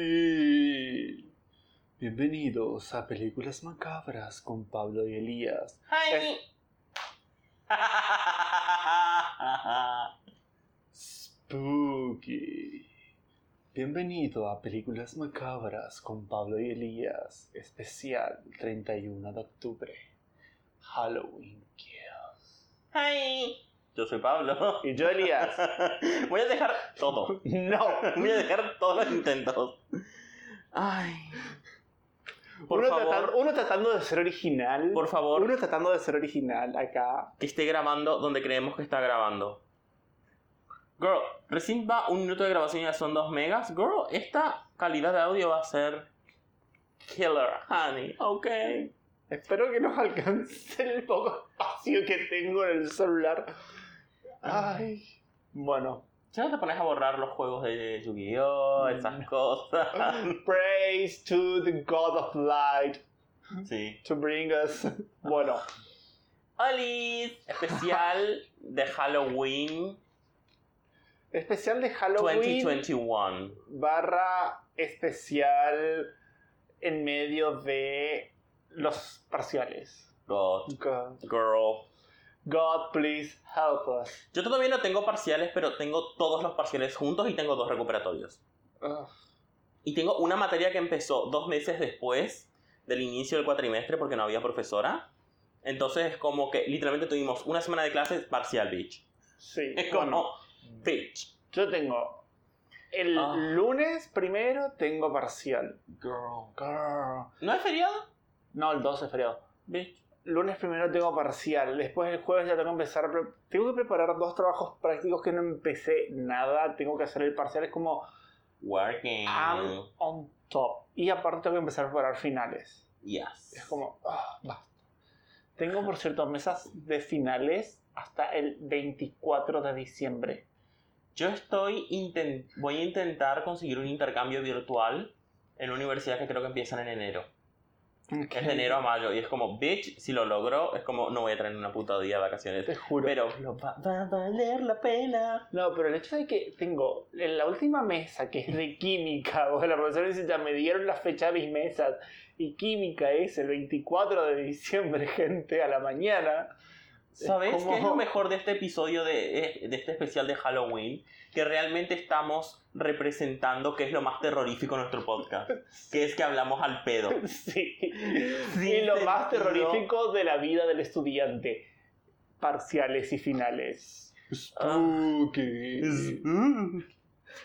Spooky. Bienvenidos a Películas Macabras con Pablo y Elías. Ay. Spooky. Bienvenido a Películas Macabras con Pablo y Elías, especial 31 de octubre. Halloween Kills. Ay. Yo soy Pablo. Y yo, Elías. Voy a dejar todo. no. Voy a dejar todos los intentos. Ay. Por uno, favor. Tratando, uno tratando de ser original. Por favor. Uno tratando de ser original acá. Que esté grabando donde creemos que está grabando. Girl, recién va un minuto de grabación y ya son dos megas. Girl, esta calidad de audio va a ser killer, honey. Ok. Espero que nos alcance el poco espacio que tengo en el celular. Ay. Bueno. Ya no te pones a borrar los juegos de Yu-Gi-Oh, esas cosas. Praise to the God of Light Sí. to bring us. Bueno. ¡Olis! Especial de Halloween Especial de Halloween 2021. barra especial en medio de los parciales. God, God, girl. God please help us. Yo todavía no tengo parciales, pero tengo todos los parciales juntos y tengo dos recuperatorios. Ugh. Y tengo una materia que empezó dos meses después del inicio del cuatrimestre porque no había profesora. Entonces es como que literalmente tuvimos una semana de clases parcial, bitch. Sí. Es bueno. como, bitch. Yo tengo. El Ah. lunes primero tengo parcial. Girl, girl. ¿No es feriado? No, el 12 es feriado. Bitch. Lunes primero tengo parcial. Después el jueves ya tengo que empezar. a pre- Tengo que preparar dos trabajos prácticos que no empecé nada. Tengo que hacer el parcial. Es como. Working. I'm on top. Y aparte tengo que empezar a preparar finales. yes. Es como. ah, basta. Tengo, por cierto, mesas de finales hasta el 24 de diciembre. Yo estoy inten- voy a intentar conseguir un intercambio virtual en la universidad que creo que empiezan en enero. Que es de enero a mayo. Y es como, bitch, si lo logro, es como, no voy a tener una puta día de Te vacaciones. juro. Pero lo va, va a valer la pena. No, pero el hecho de que tengo en la última mesa, que es de química, o sea, la profesora dice, ya me dieron la fecha de mis mesas, y química es el 24 de diciembre, gente, a la mañana. Es ¿Sabes como- qué es lo mejor de este episodio, de, de este especial de Halloween? Que realmente estamos representando que es lo más terrorífico de nuestro podcast. Que es que hablamos al pedo. Sí. Sin y lo más sentido. terrorífico de la vida del estudiante. Parciales y finales. Ah. Spooky.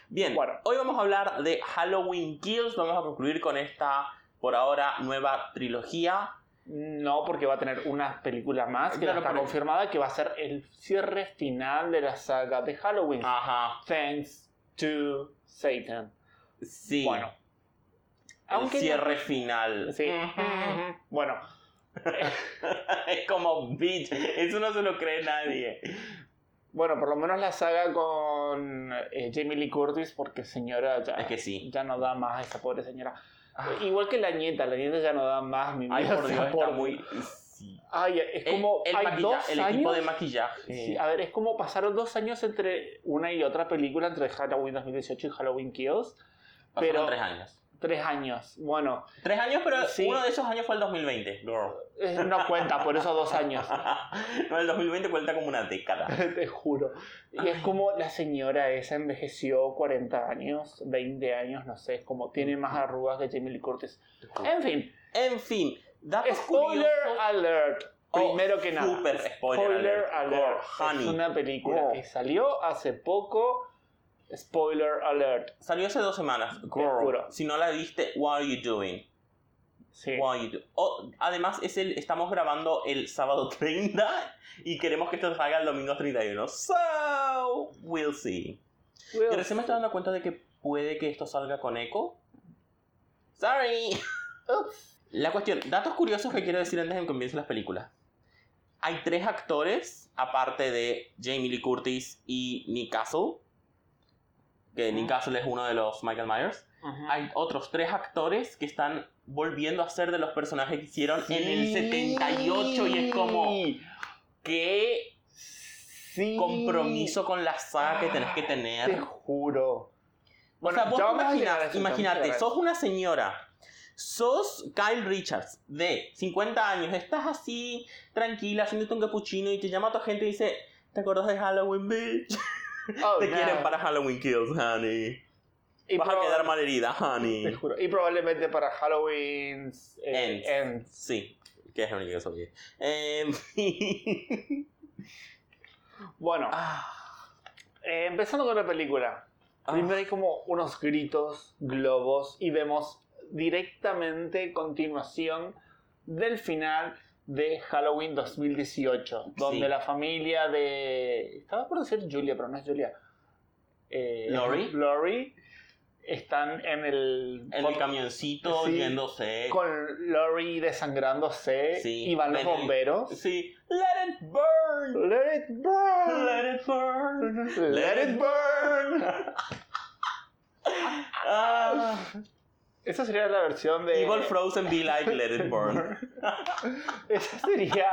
Bien, Bueno. hoy vamos a hablar de Halloween Kills. Vamos a concluir con esta, por ahora, nueva trilogía. No, porque va a tener una película más que Claro, ya está pero- confirmada, que va a ser el cierre final de la saga de Halloween. Ajá, Thanks to Satan. sí. Bueno. el cierre final. Sí. Ujú. Bueno, es como bitch. Eso no se lo cree nadie. bueno, por lo menos la saga con eh, Jamie Lee Curtis, porque señora ya, Es que sí. Ah. ya no da más esa pobre señora. Igual que la nieta, la nieta ya no da más, mi Ay, vida, por o sea, Dios, está por- muy. sí. Ay, es El- como... el, hay maquilla- dos el años... equipo de maquillaje. eh, Sí, ah, a ver, es como pasaron dos años entre una y otra película, entre Halloween 2018 y Halloween Kills. Pasaron pero- tres años. Tres años. Bueno, Tres años, pero Sí. uno de esos años fue el 2020. Girl. eh, no cuenta, por esos dos años. no, el 2020 cuenta como una década. Te juro. Y es como la señora esa envejeció 40 años, 20 años, no sé, es como tiene más arrugas que Jamie Lee Curtis. En fin, En fin, datos spoiler curiosos. alert. Oh, Primero que nada, super spoiler alert. Girl, honey. Es una película Girl. que salió hace poco. Spoiler alert. Salió hace dos semanas. juro. Girl, si no la viste, what are you doing? Sí. What are you do- Oh, además, es el, estamos grabando el sábado 30 y queremos que esto salga el domingo 31. So, we'll see. Will, Y recién me estoy dando cuenta de que puede que esto salga con eco. Sorry. ups. La cuestión, datos curiosos que quiero decir antes de que comiencen las películas. Hay tres actores, aparte de Jamie Lee Curtis y Nick Castle, que Nick Ujú. Castle es uno de los Michael Myers. Hay otros tres actores que están volviendo a ser de los personajes que hicieron en el 78 y es como, ¿qué Sí. compromiso con la saga que tenés que tener? Te juro. Bueno, o sea, vos ya te vamos a llegar a imaginas, eso, imagínate, ya vamos a llegar a eso. sos una señora, sos Kyle Richards, de 50 años, estás así, tranquila, haciéndote un capuchino y te llama tu gente y dice, ¿te acordás de Halloween, bitch? Oh, te no. quieren para Halloween Kills, honey. Y Vas a proba- quedar malherida, honey. Te juro. Y probablemente para Halloween eh, Ends. Ends. Sí, que es lo único que sabía. Em, Bueno, ah, eh, empezando con la película. Ah. Primero hay como unos gritos, globos, y vemos directamente continuación del final de Halloween 2018, donde Sí. la familia de... Estaba por decir Julia, pero no es Julia. Eh, Lori. Lori. Están en el... en el camioncito Sí. yéndose. con Lori desangrándose Sí. y van los Ven el- bomberos. Sí. Let it burn. Let it burn. Let it burn. Let it burn. Ah, Esa sería la versión de. Evil Frozen Be Like Let It Burn. Esa sería.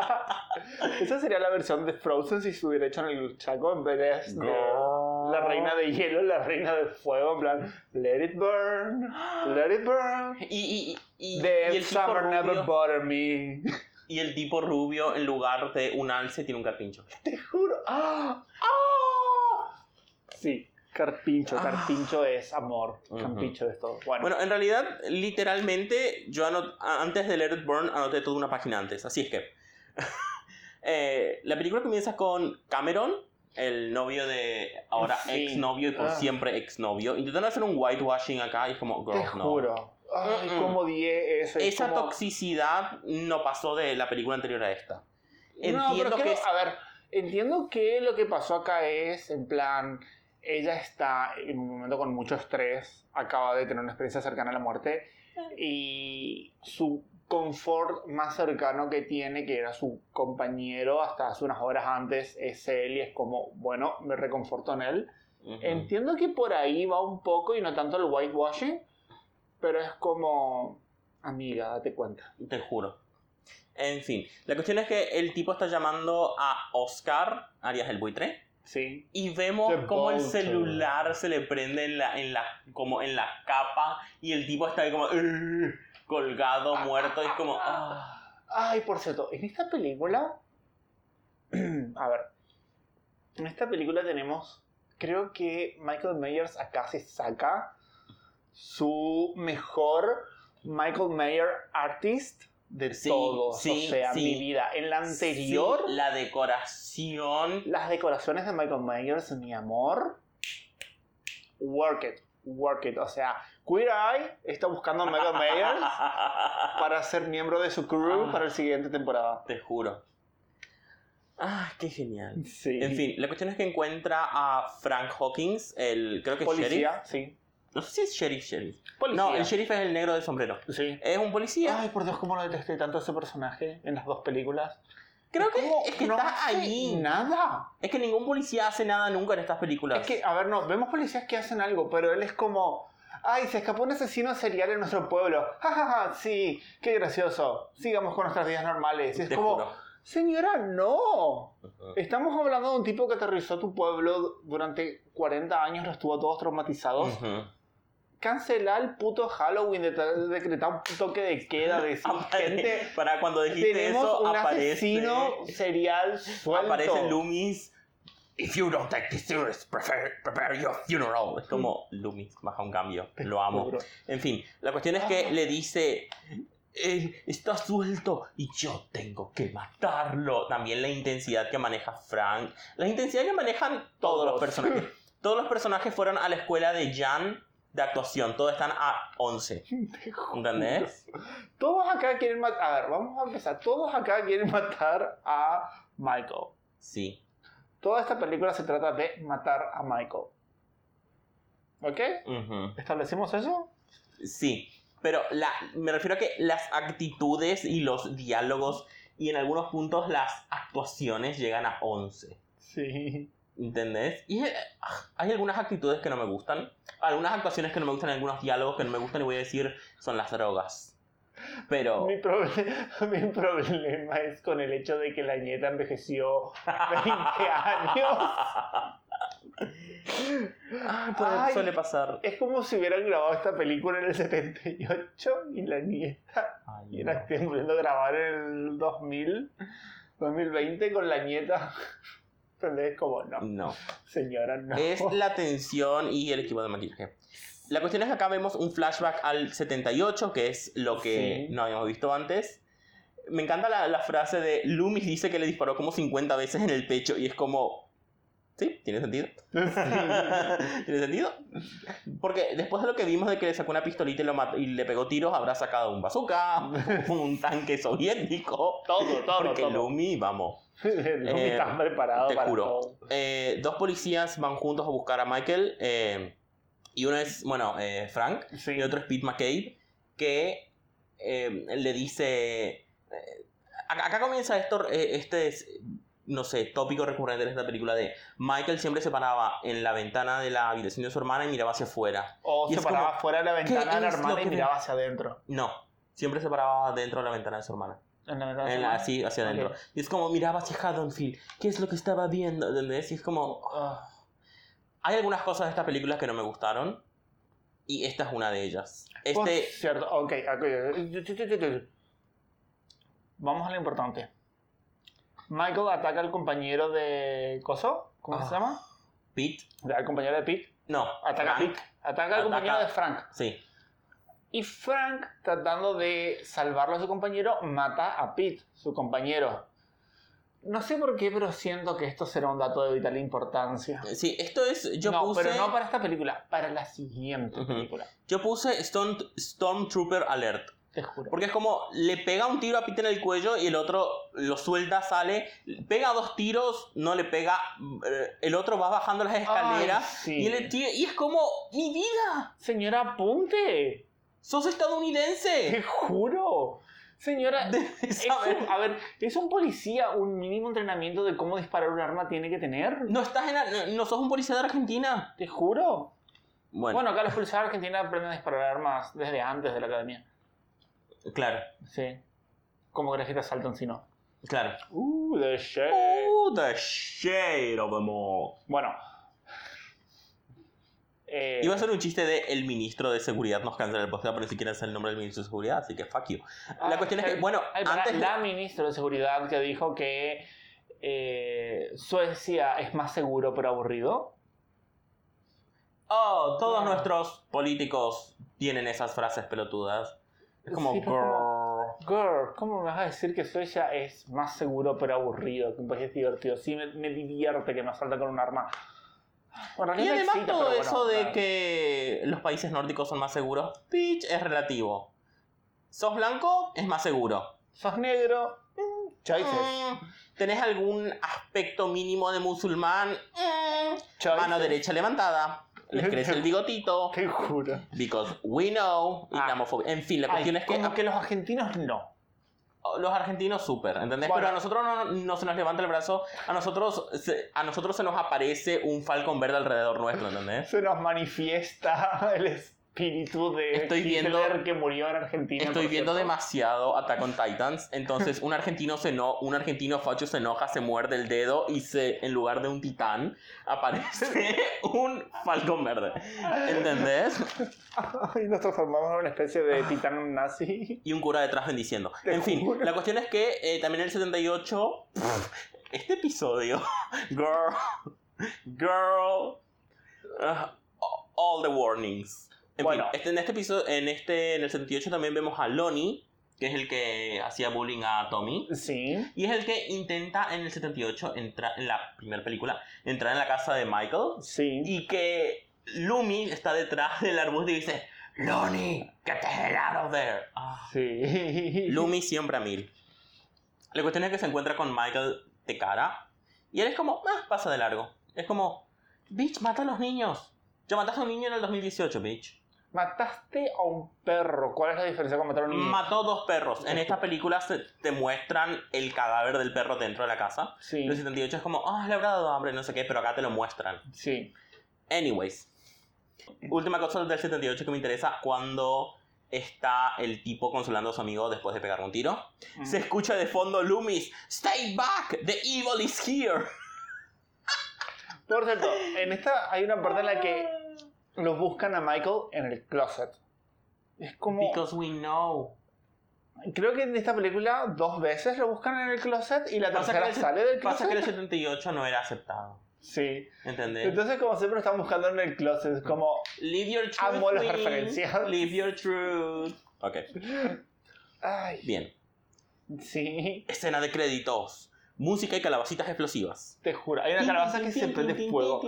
Esa sería la versión de Frozen si estuviera hecho en el chaco en vez de. este, La reina de hielo, la reina del fuego, en plan. Let it burn. Let it burn. Y, y, y, y, y The el tipo summer never rubio, bother me. y el tipo rubio en lugar de un alce tiene un carpincho. Te juro. ¡Ah! ¡Ah! Sí, carpincho. Ah. Carpincho es amor. Ujú. Carpincho es todo. Bueno, Bueno, en realidad, literalmente, yo anot- a- antes de Let It Burn anoté toda una página antes, así es que... Eh, la película comienza con Cameron, el novio de... ahora Sí. exnovio y por Ah. siempre exnovio, intentando hacer un whitewashing acá y es como, girl, te no. juro. Ay, Mm-mm. cómo odié eso. es Esa como- toxicidad no pasó de la película anterior a esta. no, pero Entiendo que creo- es- A ver, entiendo que lo que pasó acá es, en plan, ella está en un momento con mucho estrés, acaba de tener una experiencia cercana a la muerte y su confort más cercano que tiene, que era su compañero hasta hace unas horas antes, es él y es como, bueno, me reconforto en él. Ujú. Entiendo que por ahí va un poco y no tanto el whitewashing, pero es como, amiga, date cuenta. Te juro. En fin, la cuestión es que el tipo está llamando a Oscar, Arias el buitre, Sí, y vemos The como el Vulture. celular se le prende en la, en la, como en la capa y el tipo está ahí como "Ugh", colgado, muerto, y es como... "Ah". Ay, por cierto, en esta película. a ver. En esta película tenemos. Creo que Michael Myers acá se saca su mejor Michael Myers artist de Sí, todos. sí, o sea, ah, sí. mi vida. En la anterior, Sí, la decoración... las decoraciones de Michael Myers, mi amor. Work it, work it. O sea, Queer Eye está buscando a Michael Myers para ser miembro de su crew Ah. para la siguiente temporada. Te juro. Ah, qué genial. Sí. En fin, la cuestión es que encuentra a Frank Hawkins, el... Creo que es sheriff. Policía, sí. No sé si es sheriff, sheriff. Policía. No, el sheriff es el negro del sombrero. Sí. Es un policía. Ay, por Dios, cómo lo detesté tanto ese personaje en las dos películas. Creo que ¿Cómo es que no está hace ahí. Nada. Es que ningún policía hace nada nunca en estas películas. Es que, a ver, no, vemos policías que hacen algo, pero él es como. Ay, se escapó un asesino serial en nuestro pueblo. Ja, ja, ja, sí, qué gracioso. Sigamos con nuestras vidas normales. Y es Te como, juro. señora, no. Estamos hablando de un tipo que aterrizó tu pueblo durante 40 años, los tuvo a todos traumatizados. Ujú. Cancela el puto Halloween, de de decretar un toque de queda, de decir, Apare- gente, Para cuando dijiste Tenemos eso, un aparece. asesino serial suelto. Aparece Loomis. If you don't take this serious, prepare, prepare your funeral. Es como Loomis, baja un cambio. Lo amo. En fin, la cuestión es Ah. que le dice. Él está suelto y yo tengo que matarlo. También la intensidad que maneja Frank. La intensidad que manejan todos los Todos. personajes. Todos los personajes fueron a la escuela de Jan de actuación. Todos están a 11. Te juro. ¿Entendés? Todos acá quieren matar... A ver, vamos a empezar. Todos acá quieren matar a Michael. Sí. Toda esta película se trata de matar a Michael. ¿Ok? Ujú. ¿Establecimos eso? Sí. Pero la, me refiero a que las actitudes y los diálogos y en algunos puntos las actuaciones llegan a 11. Sí. ¿Entendés? Y eh, ah, hay algunas actitudes que no me gustan, algunas actuaciones que no me gustan, algunos diálogos que no me gustan y voy a decir son las drogas. Pero... Mi, proble- mi problema es con el hecho de que la nieta envejeció 20 años. Ah, puede- Ay. suele pasar. Es como si hubieran grabado esta película en el 78 y la nieta. Ay, Y la no. estén volviendo a grabar en el 2000, 2020 con la nieta. Entonces, como no, No. señora, no. Es la tensión y el equipo de maquillaje. La cuestión es que acá vemos un flashback al 78, que es lo que Sí. no habíamos visto antes. Me encanta la, la frase de Loomis dice que le disparó como 50 veces en el pecho y es como... Sí, tiene sentido. ¿Tiene sentido? Porque después de lo que vimos de que le sacó una pistolita y, lo mat- y le pegó tiros, habrá sacado un bazooka, un tanque soviético. todo, todo, Porque todo. Lumi, vamos. El Lumi Eh, está preparado te para juro. todo. Eh, dos policías van juntos a buscar a Michael. eh, y uno es, bueno, eh, Frank. Sí. Y otro es Pete McCabe. Que eh, le dice. eh, acá, acá comienza esto. eh, este es, no sé, tópico recurrente en esta película de Michael siempre se paraba en la ventana de la habitación de su hermana y miraba hacia afuera. O y se es paraba como, fuera de la ventana de la es lo hermana y que me- miraba hacia adentro. No, siempre se paraba dentro de la ventana de su hermana. En la ventana de En su la- hermana. así, hacia adentro. Ok. Y es como miraba hacia Haddonfield. ¿Qué es lo que estaba viendo? ¿Entendés? Y es como. Ah, Hay algunas cosas de estas películas que no me gustaron. Y esta es una de ellas. por Este. cierto, ok. ok. Vamos a lo importante. Michael ataca al compañero de Coso, ¿cómo Ah. se llama? Pete. Al compañero de Pete. No. Ataca a Frank. Pete. Ataca al Ataca. compañero de Frank. Sí. Y Frank, tratando de salvarlo a su compañero, mata a Pete, su compañero. No sé por qué, pero siento que esto será un dato de vital importancia. Sí, esto es. Yo no, puse. pero no para esta película, para la siguiente Ujú. película. Yo puse Storm, Stormtrooper Alert. Te juro. Porque es como. Le pega un tiro a Pete en el cuello y el otro lo suelta, sale. Pega dos tiros, no le pega. eh, El otro va bajando las escaleras. Ay, sí. Y, le tira- y es como. ¡Mi vida! Señora, apunte. ¡Sos estadounidense! Te juro. Señora, Debes es Eh. saber. un- a ver, es un policía, un mínimo entrenamiento de cómo disparar un arma tiene que tener. No estás en. Ar- No, no sos un policía de Argentina. Te juro. Bueno, Bueno, acá los policías de Argentina aprenden a disparar armas desde antes de la academia. claro, Sí. Como que las saltan si no. claro. Uh, the shit. Oh, the shade of them all. Bueno. Eh, Iba a ser un chiste de el ministro de seguridad nos cancela el podcast, pero ni siquiera es el nombre del ministro de seguridad, así que fuck you. La Ah, cuestión es que, eh, bueno, Ay, pará, antes. la ministra de Seguridad que dijo que eh, Suecia es más seguro pero aburrido. Oh, todos Ah. nuestros políticos tienen esas frases pelotudas. Es como. Sí, pero como- Girl, ¿cómo me vas a decir que Suecia es más seguro pero aburrido? Que un país divertido. Sí, me, me divierte que me asaltan con un arma. Bueno, en Y realidad me además excita, todo pero bueno, eso de claro. que los países nórdicos son más seguros, bitch, es relativo. Sos blanco, es más seguro. Sos negro. mm, Choices. Mm, ¿Tenés algún aspecto mínimo de musulmán? Mm, choices. Mano derecha levantada. Les crece el bigotito. Te juro. Because we know. Islamofobia. En fin, la Ah. Ay, cuestión es que como que los argentinos no. a- los argentinos super, ¿entendés? Bueno. Pero a nosotros no, no se nos levanta el brazo. A nosotros, se, a nosotros se nos aparece un falcón verde alrededor nuestro, ¿entendés? Se nos manifiesta el espíritu de Estoy Hitler viendo- que murió en Argentina. Estoy por viendo cierto. demasiado Attack on Titans. Entonces, un argentino se no, un argentino facho se enoja, se muerde el dedo y se, en lugar de un titán, aparece un falcón verde. ¿Entendés? Y nos transformamos en una especie Ah. de titán nazi. y un cura detrás bendiciendo. Te en fin, juro. la cuestión es que eh, también el 78, pff, este episodio, girl, girl, ah, all the warnings. En Bueno. fin, este- en este episodio, en este, en el 78 también vemos a Lonnie, que es el que hacía bullying a Tommy. Sí. Y es el que intenta en el 78, entrar en la primera película, entrar en la casa de Michael Sí. y que Lumi está detrás del arbusto y dice, Lonnie, get the hell out of there. Ah. Sí. Lumi siempre a mil. La cuestión es que se encuentra con Michael de cara. Y él es como, ah, pasa de largo. Es como, bitch, mata a los niños. Ya mataste a un niño en el 2018, bitch. Mataste a un perro. ¿Cuál es la diferencia con matar a un niño? Mató dos perros. En esta película se te muestran el cadáver del perro dentro de la casa. sí. En el 78 es como, ah, le habrá dado hambre, no sé qué, pero acá te lo muestran. Sí. Anyways. Última cosa del 78 que me interesa, cuando está el tipo consolando a su amigo después de pegar un tiro. Se escucha de fondo Loomis, Stay back, the evil is here. Por cierto, en esta hay una parte en la que los buscan a Michael en el closet. Es como. Because we know. Creo que en esta película dos veces lo buscan en el closet y la Pasa que tercera en el- sale del Pasa que en closet. el 78 no era aceptado. Sí. ¿Entendés? Entonces, como siempre, lo están buscando en el closet. es Como. Live your truth. Amo las queen. referencias. Live your truth. Ok, Ay. bien. Sí. Escena de créditos. Música y calabacitas explosivas. Te juro. Hay una calabaza que se prende fuego.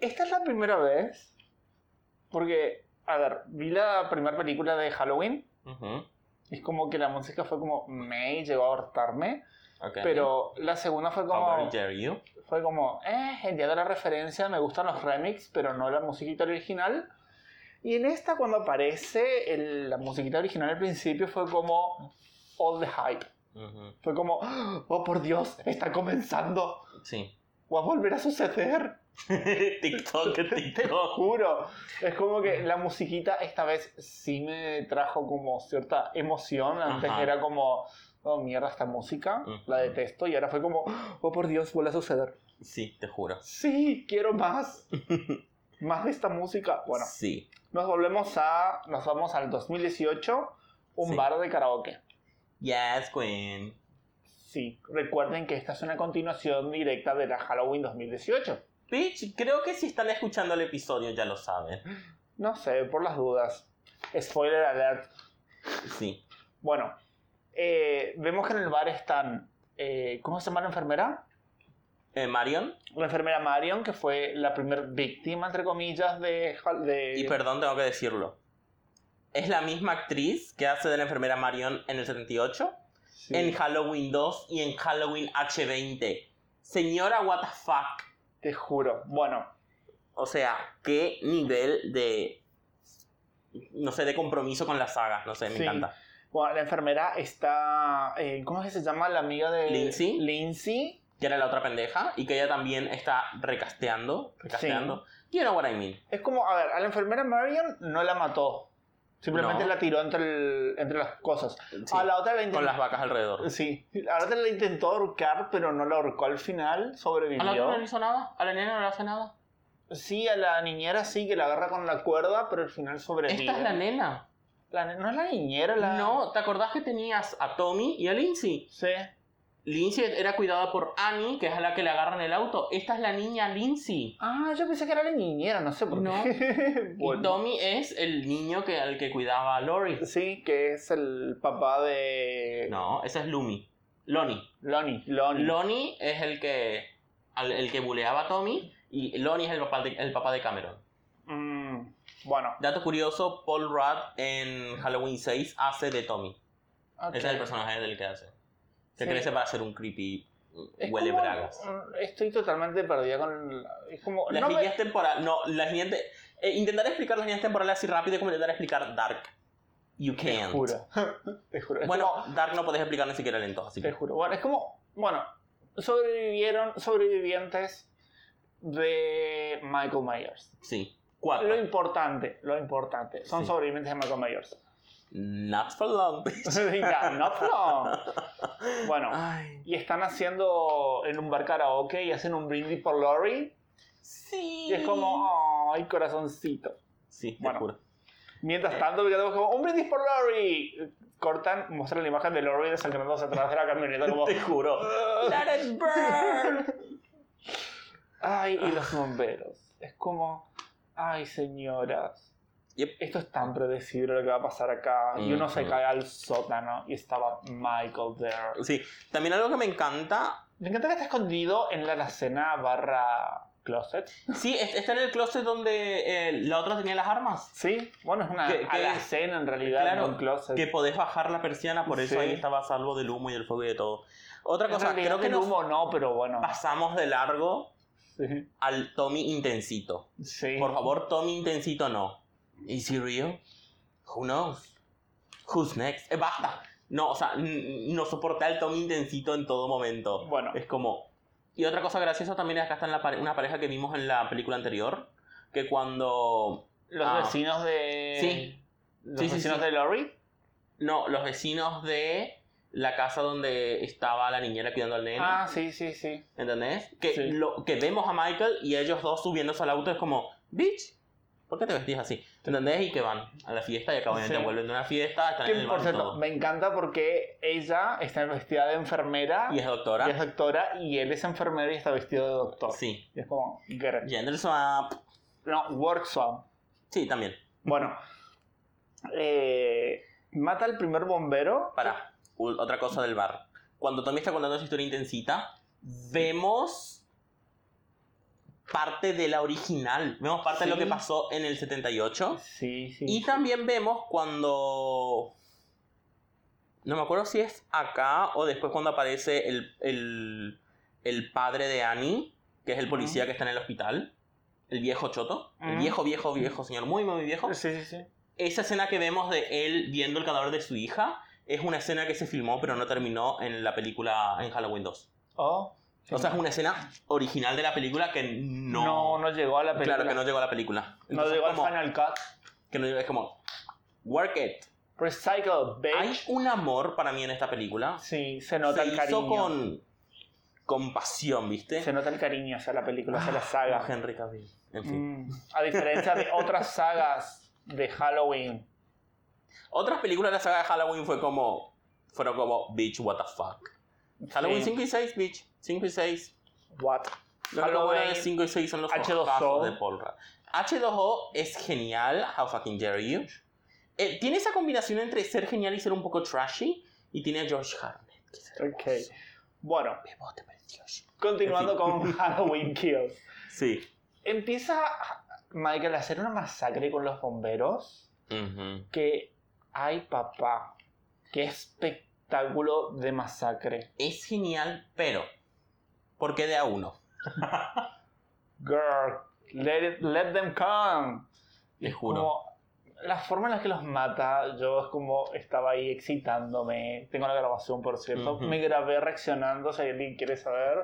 Esta es la primera vez. Porque, a ver, vi la primera película de Halloween. Ujú, Es como que la música fue como. Me llegó a hartarme. ok. Pero la segunda fue How como. very dare you. fue como, eh, el día de la referencia, me gustan los remix, pero no la musiquita original. Y en esta, cuando aparece el- la musiquita original al principio, fue como all the hype. Ujú, Fue como, oh por Dios, está comenzando, Sí. va a volver a suceder, TikTok, te lo TikTok. juro. Es como que la musiquita esta vez sí me trajo como cierta emoción. Antes Ajá. era como, oh mierda, esta música, Ujú. la detesto. Y ahora fue como, oh por Dios, vuelve a suceder. Sí, te juro. Sí, quiero más. más de esta música. Bueno, Sí. nos volvemos a. Nos vamos al 2018, un Sí. bar de karaoke. Yes, Queen. Sí, recuerden que esta es una continuación directa de la Halloween 2018. Bitch, creo que si están escuchando el episodio ya lo saben. No sé, por las dudas. Spoiler alert. Sí. Bueno, eh, vemos que en el bar están. eh, ¿Cómo se llama la enfermera? Eh, Marion, La enfermera Marion, que fue la primer víctima, entre comillas, de. Hal- de... y perdón, tengo que decirlo. Es la misma actriz que hace de la enfermera Marion en el 78, Sí. en Halloween 2 y en Halloween H20. Señora, what the fuck. Te juro. Bueno, O sea, qué nivel de. No sé, de compromiso con la saga. No sé, me Sí. encanta. Bueno, la enfermera está. eh, ¿Cómo es que se llama la amiga de. Lindsay? Lindsay. Que era la otra pendeja y que ella también está recasteando. Recasteando. You know what I mean. Es como, a ver, a la enfermera Marion no la mató. Simplemente No. la tiró entre, el- entre las cosas. Sí, A la otra la Con las intentó. vacas alrededor. Sí. A la otra la intentó ahorcar, pero no la ahorcó al final. ¿A la otra no Sobrevivió. le hizo nada? ¿A la nena no le hace nada? sí, a la niñera sí que la agarra con la cuerda, pero al final sobrevive. Esta es la nena. La ne- no es la niñera, Pues la. No, ¿te acordás que tenías a Tommy y a Lindsay? Sí. Lindsay era cuidada por Annie, que es a la que le agarran el auto. Esta es la niña Lindsay. Ah, yo pensé que era la niñera, no sé por No. qué. Y Bueno. Tommy es el niño que, al que cuidaba a Lori. Sí, que es el papá de. No, ese es Lumi. Lonnie. Lonnie. Lonnie. Lonnie es el que al- el que buleaba a Tommy y Lonnie es el papá de, el papá de Cameron. Mm, bueno. Dato curioso, Paul Rudd en Halloween 6 hace de Tommy. ok. Ese es el personaje del que hace. Se Sí. crece para ser un creepy Es huele como- bragas. mm, Estoy totalmente perdida con. la- Es como. Las no me- líneas temporales. No, las líneas. de- eh, intentar explicar las líneas temporales así rápido es como intentar explicar Dark. You Te can't. juro. te juro. Es Bueno, como- Dark no podés explicar ni siquiera lento, así te que. juro. Bueno, es como. Bueno, sobrevivieron sobrevivientes de Michael Myers. Sí. Lo Cuatro. importante, lo importante. Son Ah, Sí. sobrevivientes de Michael Myers. Not for long. Venga, no, no. Bueno. Ay. Y están haciendo en un bar karaoke y hacen un brindis por Lori. Sí. Y es como, ay, corazoncito. Sí, te Bueno. juro. Mientras tanto, ya tenemos como, un brindis por Lori. Cortan, muestran la imagen de Lori desangrándose atrás de la camioneta como... Te juro. Let it burn. Ay, y los bomberos. Es como, ay, señoras. Yep. Esto es tan predecible lo que va a pasar acá. Y uno se Ujú. cae al sótano y estaba Michael there. Sí. También algo que me encanta. Me encanta que está escondido en la alacena barra closet. Sí, es- está en el closet donde eh, la otra tenía las armas. Sí, bueno, es una Que- que- alacena en realidad, claro, no un closet. Que podés bajar la persiana, por eso Sí. ahí estaba a salvo del humo y del fuego y de todo. Otra En cosa, realidad creo que Ah. el nos humo no, pero bueno. pasamos de largo Sí. al Tommy intensito. sí. Por favor, Tommy intensito no. ¿Is he real? Who knows? Who's next? Eh, basta. No, o sea, n- no soporta el Tommy intensito en todo momento. Bueno. Es como... Y otra cosa graciosa también es que acá está en la pare- una pareja que vimos en la película anterior, que cuando... Los Ah. vecinos de. Sí. Los Sí, sí, vecinos sí. de Lori. No, los vecinos de la casa donde estaba la niñera cuidando al nene. Ah, sí, sí, sí. ¿Entendés? Que, Sí. lo, que vemos a Michael y ellos dos subiéndose al auto es como, bitch, ¿por qué te vestís así? ¿Entendés? Y que van a la fiesta y acaban Sí. de vuelven de una fiesta, están en Que, el por bar y, cierto, todo. me encanta porque ella está vestida de enfermera Y es doctora. y es doctora y él es enfermero y está vestido de doctor. Sí. Y es como, girl. Gender swap. No, workshop. Sí, también. Bueno, eh, mata al primer bombero. Para, u- otra cosa del bar. Cuando Tommy está contando esa historia intensita, vemos parte de la original. Vemos parte de lo Sí. que pasó en el 78. Sí, sí. Y también vemos cuando. No me acuerdo si es acá o después cuando aparece el, el, el padre de Annie, que es el policía que está en el hospital. El viejo choto. El Ujú. viejo, viejo, viejo, señor. Muy, muy viejo. Sí, sí, sí. Esa escena que vemos de él viendo el cadáver de su hija es una escena que se filmó pero no terminó en la película en Halloween 2. Oh. O sea, es una escena original de la película que no... No, no llegó a la película. Claro que no llegó a la película. No Entonces, llegó al como- Final Cut. que no llegó- es como... Work it. Recycle, Hay bitch. un amor para mí en esta película. Sí, se nota se el hizo cariño. con... Con pasión, ¿viste? Se nota el cariño hacia la película, hacia la Ah, saga. Henry Cavill. En fin. Mm, A diferencia de otras sagas de Halloween. Otras películas de la saga de Halloween fue como... Fueron como... Bitch, what the fuck. Halloween Sí. 5 y 6, bitch. 5 y 6. What? Lo que bueno de Halloween. 5 y 6 son los H2O. hojazos de Paul Rudd. H2O es genial. How fucking dare you. Eh, tiene esa combinación entre ser genial y ser un poco trashy. Y tiene a George Harnett. Que es Ok. hermoso. Bueno, Bebote, pero es George. continuando En con Halloween Kills. Sí. Empieza Michael a hacer una masacre con los bomberos. Ujú. que hay papá. Qué espectáculo de masacre. Es genial, pero. ¿Por qué de a uno? Girl, let, it- let them come. Les juro. Como, la forma en la que los mata, yo es como estaba ahí excitándome. Tengo la grabación, por cierto. Ujú. Me grabé reaccionando, si alguien quiere saber.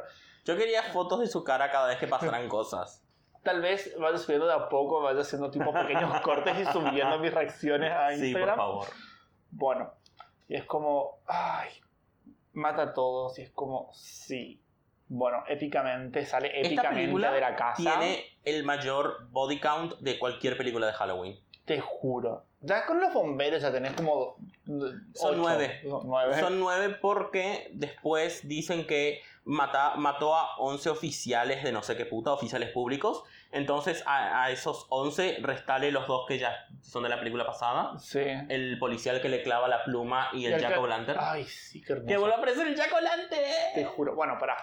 Yo quería fotos de su cara cada vez que pasaran cosas. Tal vez vaya subiendo de a poco, vaya haciendo tipo pequeños cortes y subiendo mis reacciones a Sí, por Instagram. favor. Bueno, y es como, ay, mata a todos, y es como, sí. Bueno, épicamente, sale épicamente película de la casa. Tiene el mayor body count de cualquier película de Halloween. Te juro. Ya con los bomberos ya tenés como. Son ocho, nueve. no, nueve. Son nueve porque después dicen que mata- mató a 11 oficiales de no sé qué puta, oficiales públicos. Entonces a, a esos 11 restale los dos que ya son de la película pasada. Sí. El policial que le clava la pluma y Y el el Jack que- O'Lantern. Ay, sí, qué hermoso. ¡Que vuelve a aparecer el Jack Te O'Lantern! juro. Bueno, pará.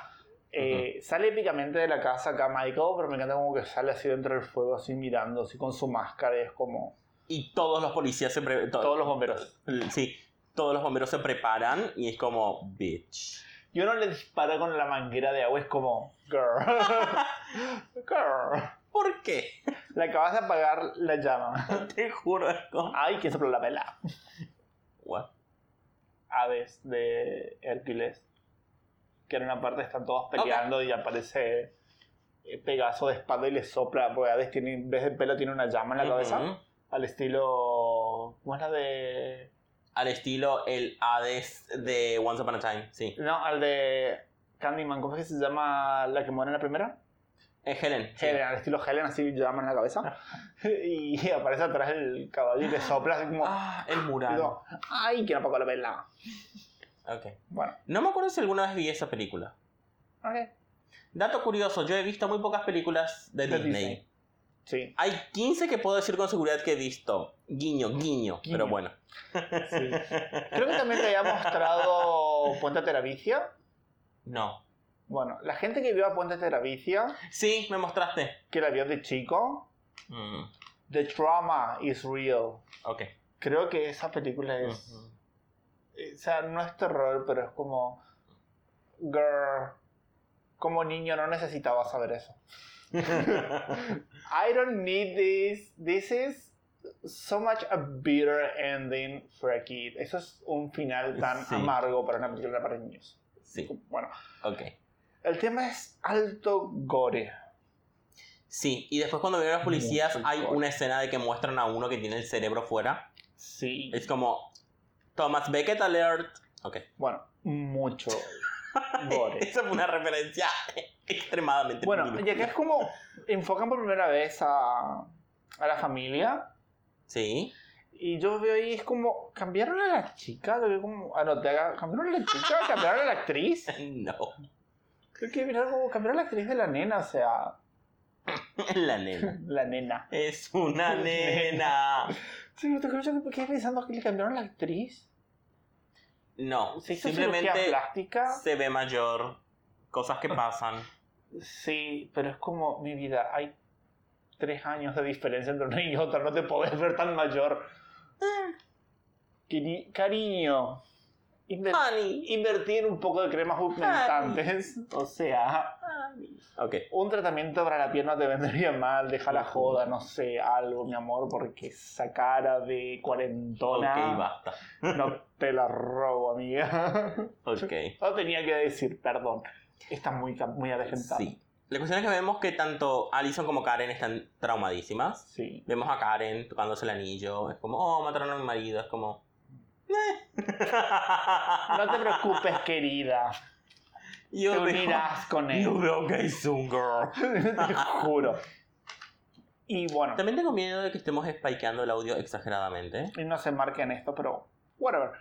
Eh, Sale épicamente de la casa acá Michael, pero me encanta como que sale así dentro del fuego, así mirando, así con su máscara, y es como. Y todos los policías se pre- to- Todos los bomberos. Sí, todos los bomberos se preparan y es como, bitch. Y uno le dispara con la manguera de agua, es como. Girl. Girl. ¿Por qué? Le acabas de apagar la llama. Te juro, es como... Ay, que sopló la vela. What? Aves de Hércules. Que en una parte están todos peleando y aparece eh, Pegaso de espada y le sopla. Porque Hades tiene, en vez de pelo tiene una llama en la cabeza. Ujú. Al estilo. ¿Cómo es la de.? Al estilo el Hades de Once Upon a Time, sí. No, al de Candyman. ¿Cómo es que se llama la que muere en la primera? Es Helen. sí. Helen, al estilo Helen, así llama en la cabeza. y aparece atrás el caballo y le sopla así como. Ah, el mural. y yo, ¡Ay, que no apagó la vela! Ok. Bueno, No me acuerdo si alguna vez vi esa película. ok. Dato curioso, yo he visto muy pocas películas de, De Disney. Disney. Sí. Hay 15 que puedo decir con seguridad que he visto. Guiño, Guiño. guiño. Pero bueno. Sí. Creo que también te había mostrado Puente Teravicia. No. Bueno, la gente que vio a Puente Teravicia, Sí, me mostraste. que la vio de chico, Mm, The Trauma is Real. ok. Creo que esa película es. Ujú. eh, O sea, no es terror, pero es como. Girl. Como niño no necesitaba saber eso. I don't need this. This is so much a bitter ending for a kid. Eso es un final tan Sí. amargo para una película para niños. sí, Bueno, ok. El tema es alto gore. Sí, y después cuando vienen los policías Mucho hay gore. una escena de que muestran a uno que tiene el cerebro fuera. Sí. Es como... Thomas Beckett alert. Ok. Bueno, mucho gore. Esa fue una referencia extremadamente Bueno, mínima. y acá es como enfocan por primera vez a, a la familia. Sí. Y yo veo ahí, es como, ¿cambiaron a la chica? Yo veo como, ah, no, te haga- ¿cambiaron a la chica? ¿Cambiaron a la actriz? No. Yo quiero mirar como, ¿cambiaron a la actriz de la nena? O sea, La nena. la nena. Es una nena. Sí, pero te creo yo que quedé pensando que le cambiaron a la actriz. No. ¿Se hizo cirugía Simplemente plástica? se ve mayor. Cosas que pasan. Sí, pero es como, mi vida, hay tres años de diferencia entre una y otra, no te podés ver tan mayor. Queri- Cariño, inver- Honey. invertir un poco de cremas humectantes, o sea, Ok. un tratamiento para la pierna te vendría mal, deja la joda, no sé, algo, mi amor, porque esa cara de cuarentona Ok, basta. no te la robo, amiga. Ok. No tenía que decir, perdón. Está muy, ca- muy avejentada. Sí. La cuestión es que vemos que tanto Allison como Karen están traumadísimas. Sí. Vemos a Karen tocándose el anillo. Es como, oh, mataron a mi marido. Es como. eh. No te preocupes, querida. Yo Te veo- unirás con Yo él. veo que es un girl. Te juro. Y bueno, También tengo miedo de que estemos spikeando el audio exageradamente. y no se marca en esto, pero whatever.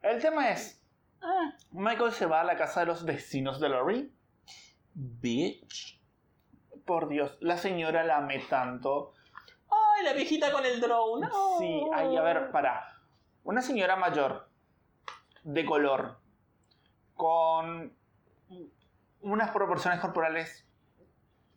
El tema es, Ah, Michael se va a la casa de los vecinos de Lori. Bitch. Por Dios, la señora la ame tanto. Ay, la viejita con el drone. Sí, ay, a ver, para. Una señora mayor, de color, con unas proporciones corporales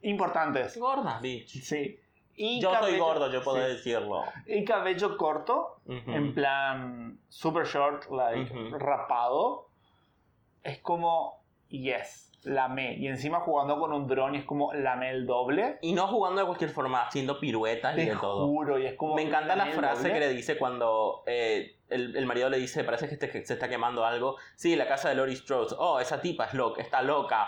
importantes. Gorda, bitch. Sí. Y Yo soy cabello- gordo, yo puedo sí. decirlo. Y cabello corto, Ujú. en plan super short, like Ujú. rapado. Es como, yes, lamé. Y encima jugando con un dron y es como lamé el doble. Y no jugando de cualquier forma, haciendo piruetas Te y de todo. juro, y es como. Me encanta la lamé el frase doble. que le dice cuando eh, el, el marido le dice, parece que, este- que se está quemando algo. Sí, la casa de Lori Strode. Oh, esa tipa es loca, está loca.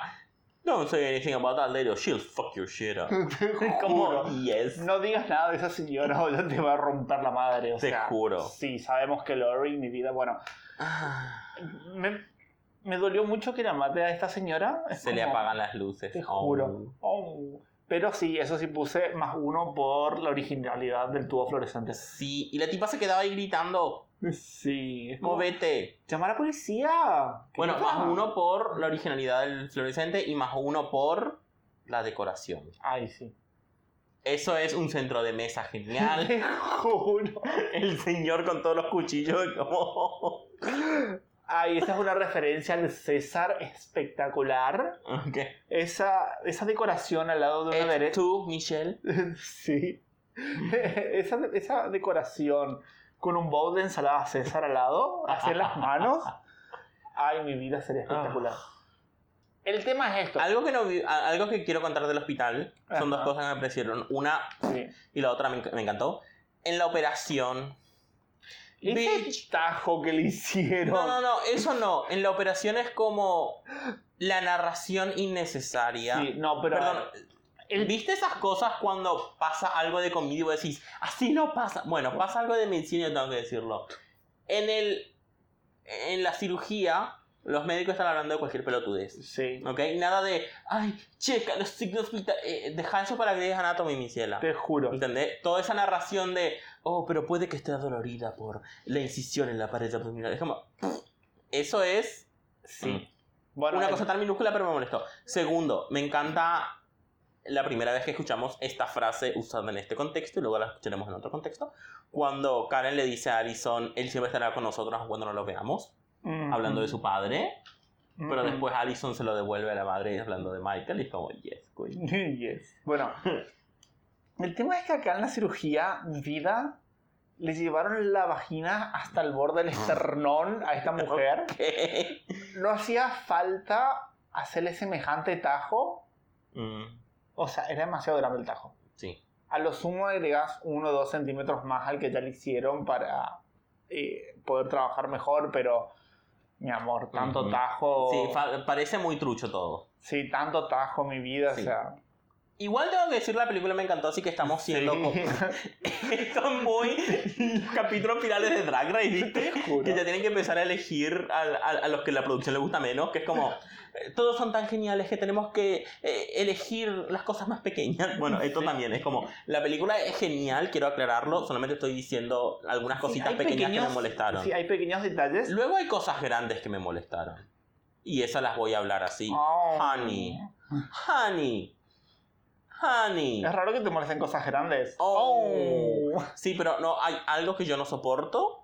Don't say anything about that lady, or she'll fuck your shit up. Te Como, juro. yes. No digas nada de esa señora o ya te va a romper la madre. O Te sea, juro. Sí, sabemos que Lori, mi vida, bueno. Ah, Me, me dolió mucho que la mate a esta señora. Es Se le como- apagan las luces. Te Oh. juro. Oh. Pero sí, eso sí puse más uno por la originalidad del tubo fluorescente. Sí, y la tipa se quedaba ahí gritando, Sí. es como, movete. Llamar a la policía. ¿Qué Bueno, pasa? más uno por la originalidad del fluorescente y más uno por la decoración. Ay, sí. Eso es un centro de mesa genial. Te juro. El señor con todos los cuchillos. como- Ay, esa es una referencia al César espectacular. Ok. Esa, esa decoración al lado de una ¿Eres derecha. tú, Michelle? Sí. esa, esa decoración con un bowl de ensalada César al lado, hacer las manos. Ay, mi vida sería espectacular. Ah. El tema es esto. Algo que, no vi- a- algo que quiero contar del hospital son dos Ajá. cosas que me parecieron. Una Sí. y la otra me, enc- me encantó. En la operación. Ese Bitch. tajo que le hicieron. No, no, no, eso no. En la operación es como la narración innecesaria. Sí, no, pero. Perdón, el- ¿viste esas cosas cuando pasa algo de comida y vos decís, así no pasa? Bueno, pasa algo de medicina, yo tengo que decirlo. En el. En la cirugía, los médicos están hablando de cualquier pelotudez. Sí. ¿Ok? Nada de, ay, checa los signos eh, vitales. deja eso para Grey's Anatomy, mi ciela. Te juro. ¿Entendés? Toda esa narración de, oh, pero puede que esté dolorida por la incisión en la pared abdominal. Es como, pff, eso es Sí. Bueno, una el- cosa tan minúscula, pero me molestó. Segundo, me encanta la primera vez que escuchamos esta frase usada en este contexto y luego la escucharemos en otro contexto. Cuando Karen le dice a Allison, él siempre estará con nosotros cuando no lo veamos, Mm, hablando de su padre, mm, pero mm. después Allison se lo devuelve a la madre hablando de Michael y es como, yes, queen. Yes. Bueno. El tema es que acá en la cirugía, vida, le llevaron la vagina hasta el borde del esternón a esta mujer. No hacía falta hacerle semejante tajo. Mm, O sea, era demasiado grande el tajo. sí. A lo sumo agregás 1 o 2 centímetros más al que ya le hicieron para eh, poder trabajar mejor, pero mi amor, tanto Ujú. tajo. Sí, fa- parece muy trucho todo. Sí, tanto tajo, mi vida, Sí. o sea. Igual tengo que decir, la película me encantó, así que estamos siendo... co- Esto es muy capítulos finales de Drag Race, ¿viste? juro. Que ya tienen que empezar a elegir al- al- a, los que la producción le gusta menos, que es como... eh, Todos son tan geniales que tenemos que eh, elegir las cosas más pequeñas. Bueno, esto también es como... La película es genial, quiero aclararlo, solamente estoy diciendo algunas cositas hay pequeñas que pequeños- me molestaron. Sí, hay pequeños detalles. Luego hay cosas grandes que me molestaron. Y esas las voy a hablar así. Oh. Honey. Honey. Honey. Ah. Es raro que te molesten cosas grandes. Oh. Oh. Sí, pero no, hay algo que yo no soporto.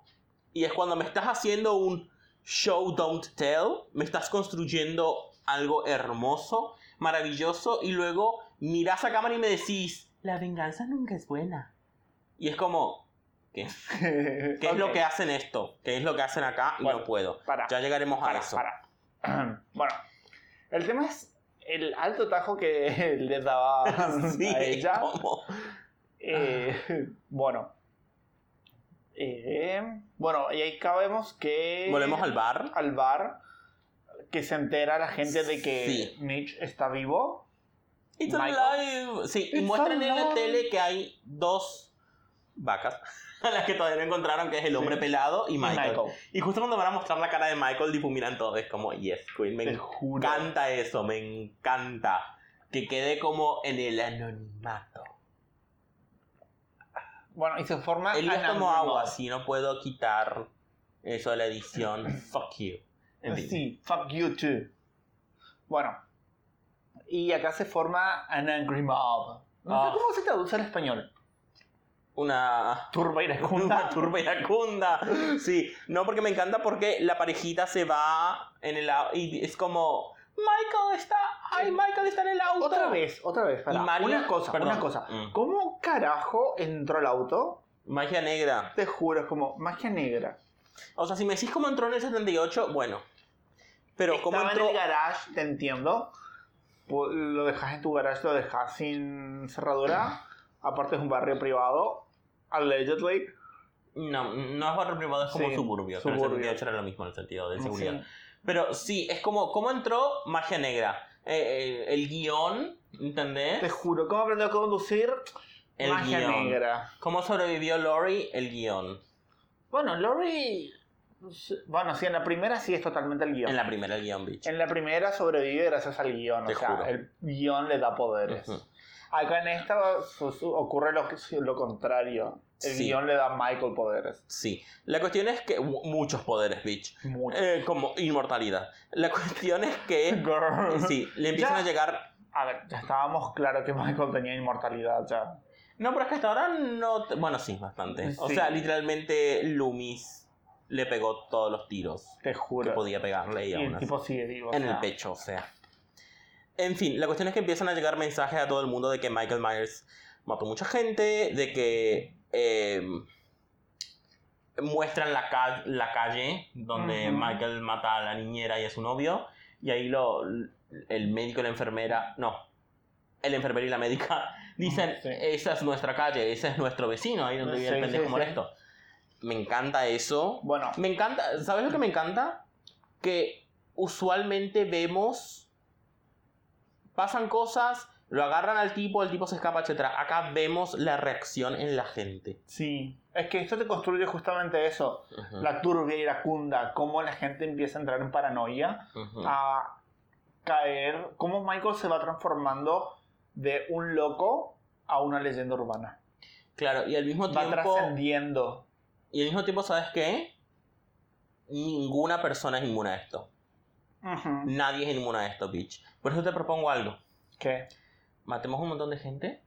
Y es cuando me estás haciendo un show, don't tell. Me estás construyendo algo hermoso, maravilloso. Y luego mirás a cámara y me decís, la venganza nunca es buena. Y es como, ¿Qué ¿qué es lo que hacen esto? ¿Qué es lo que hacen acá? Y Bueno, no puedo. Para, Ya llegaremos a para, eso. para. Bueno, el tema es el alto tajo que le daba Sí, Oh. a ella. ¿cómo? Eh, bueno. Eh, bueno, y ahí cabemos que... Volvemos al bar. al bar, que se entera la gente de que Sí. Mitch está vivo. It's Michael. alive. Sí, y It's muestran en la alive. tele que hay dos vacas a las que todavía no encontraron, que es el hombre Sí. pelado y Y Michael. Y justo cuando van a mostrar la cara de Michael, difuminan todo. Es como, yes, Queen, me Te juro. encanta eso, me encanta. Que quede como en el anonimato. Bueno, y se forma... Él es como Anonymous. agua, si no puedo quitar eso de la edición. Fuck you. En fin. Ah, Sí, fuck you too. Bueno. Y acá se forma an angry mob. No Ah. sé cómo se traduce al español. Una Turba Una iracunda. turba iracunda. Sí, no, porque me encanta porque la parejita se va en el au- y es como Michael está, ay, Michael está en el auto. Otra vez, otra vez. pará. Y Mario- una cosa, perdón. una cosa. Mm. ¿Cómo carajo entró el auto? Magia negra. Te juro, es como magia negra. O sea, si me decís cómo entró en el 78, bueno. Pero cómo Estaba entró en el garage, te entiendo. Po- Lo dejas en tu garage, lo dejas sin cerradura. Aparte es un barrio privado. Allegedly. No, no es barrio privado, es como Sí, suburbio. Pero suburbio. el 78 era lo mismo en el sentido de seguridad. Sí. Pero sí, es como cómo entró magia negra. Eh, eh, el guión, ¿entendés? Te juro, ¿cómo aprendió a conducir? El magia guión. negra. ¿Cómo sobrevivió Lori? El guión. Bueno, Lori. Bueno, sí, en la primera sí es totalmente el guión. En la primera, el guión, bitch. En la primera sobrevive gracias al guión. Te o sea, juro. el guión le da poderes. Ujú. Acá en esta su- su- ocurre lo, lo contrario. El Sí. guión le da a Michael poderes. Sí. La cuestión es que. mu- Muchos poderes, bitch. Mucho. Eh, como inmortalidad. La cuestión es que. Girl. Eh, Sí, le empiezan Ya. a llegar. A ver, ya estábamos claro que Michael tenía inmortalidad ya. No, pero es que hasta ahora no. te- Bueno, sí, bastante. O Sí. sea, literalmente Loomis le pegó todos los tiros Te que juro. podía pegarle y y aún el así. tipo sigue vivo. o En sea. el pecho, o sea. En fin, la cuestión es que empiezan a llegar mensajes a todo el mundo de que Michael Myers mató mucha gente, de que eh, muestran la, ca- la calle donde Ujú. Michael mata a la niñera y a su novio, y ahí lo, el médico y la enfermera, no, el enfermero y la médica dicen, Sí. esa es nuestra calle, ese es nuestro vecino, ahí donde vive el Sí, sí, pendejo sí. molesto. Me encanta eso, Bueno, me encanta, ¿sabes lo que me encanta? Que usualmente vemos, pasan cosas, lo agarran al tipo, el tipo se escapa, etc. Acá vemos la reacción en la gente. sí. Es que esto te construye justamente eso. Ujú, La turbia iracunda. Cómo la gente empieza a entrar en paranoia. ujú. a caer, cómo Michael se va transformando de un loco a una leyenda urbana. Claro, y al mismo Va tiempo, trascendiendo. y al mismo tiempo, ¿sabes qué? Ninguna persona es inmune a esto. Ujú. Nadie es inmune a esto, bitch. Por eso te propongo algo. ¿Qué? Matemos un montón de gente,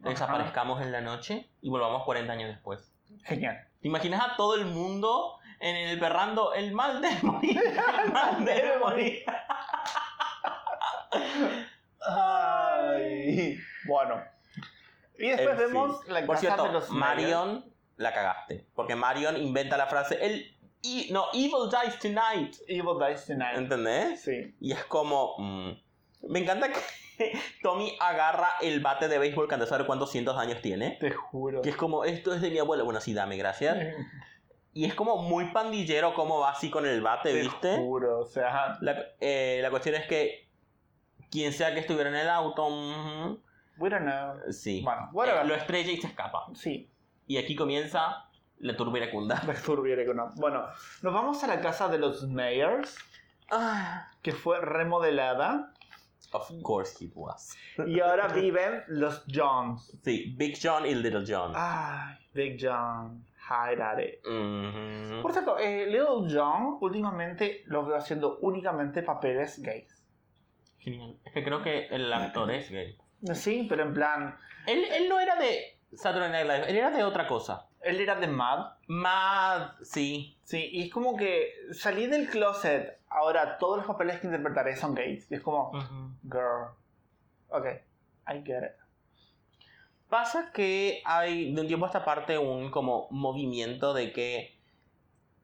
Ajá. desaparezcamos en la noche y volvamos 40 años después. Genial. ¿Te imaginas a todo el mundo en el perrando el mal de morir? El mal de morir. Ay. Bueno. Y después En fin. vemos la Por casa cierto, de los Myers. Marion la cagaste. Porque Marion inventa la frase, el... e- no, evil dies tonight. Evil Dies Tonight. ¿Entendés? Sí. Y es como... mm. Me encanta que Tommy agarra el bate de béisbol que antes de saber cuántos cientos de años tiene. Te juro. Que es como, esto es de mi abuelo. Bueno, sí, dame, gracias. Y es como muy pandillero cómo va así con el bate, Te ¿viste? juro. O sea, La, eh, la cuestión es que quien sea que estuviera en el auto ujú, We don't know. Sí. Bueno, whatever. Eh, lo estrella y se escapa. Sí, Y aquí comienza la turba iracunda. turbio era que no. Bueno, nos vamos a la casa de los Mayers, que fue remodelada. Of course it was. Y ahora viven los Johns. Sí, Big John y Little John. Ah. Ay, Big John. Hi, daddy. Mhm. Por cierto, eh, Little John últimamente lo veo haciendo únicamente papeles gays. Genial. Es que creo que el Ah, actor es gay. Sí, pero en plan, Él, él no era de Saturday Night Live, él era de otra cosa. él era de Mad. Más, sí. Sí, y es como que salí del closet. Ahora todos los papeles que interpretaré son gays. Y es como, girl. Ok, I get it. Pasa que hay de un tiempo a esta parte un como movimiento de que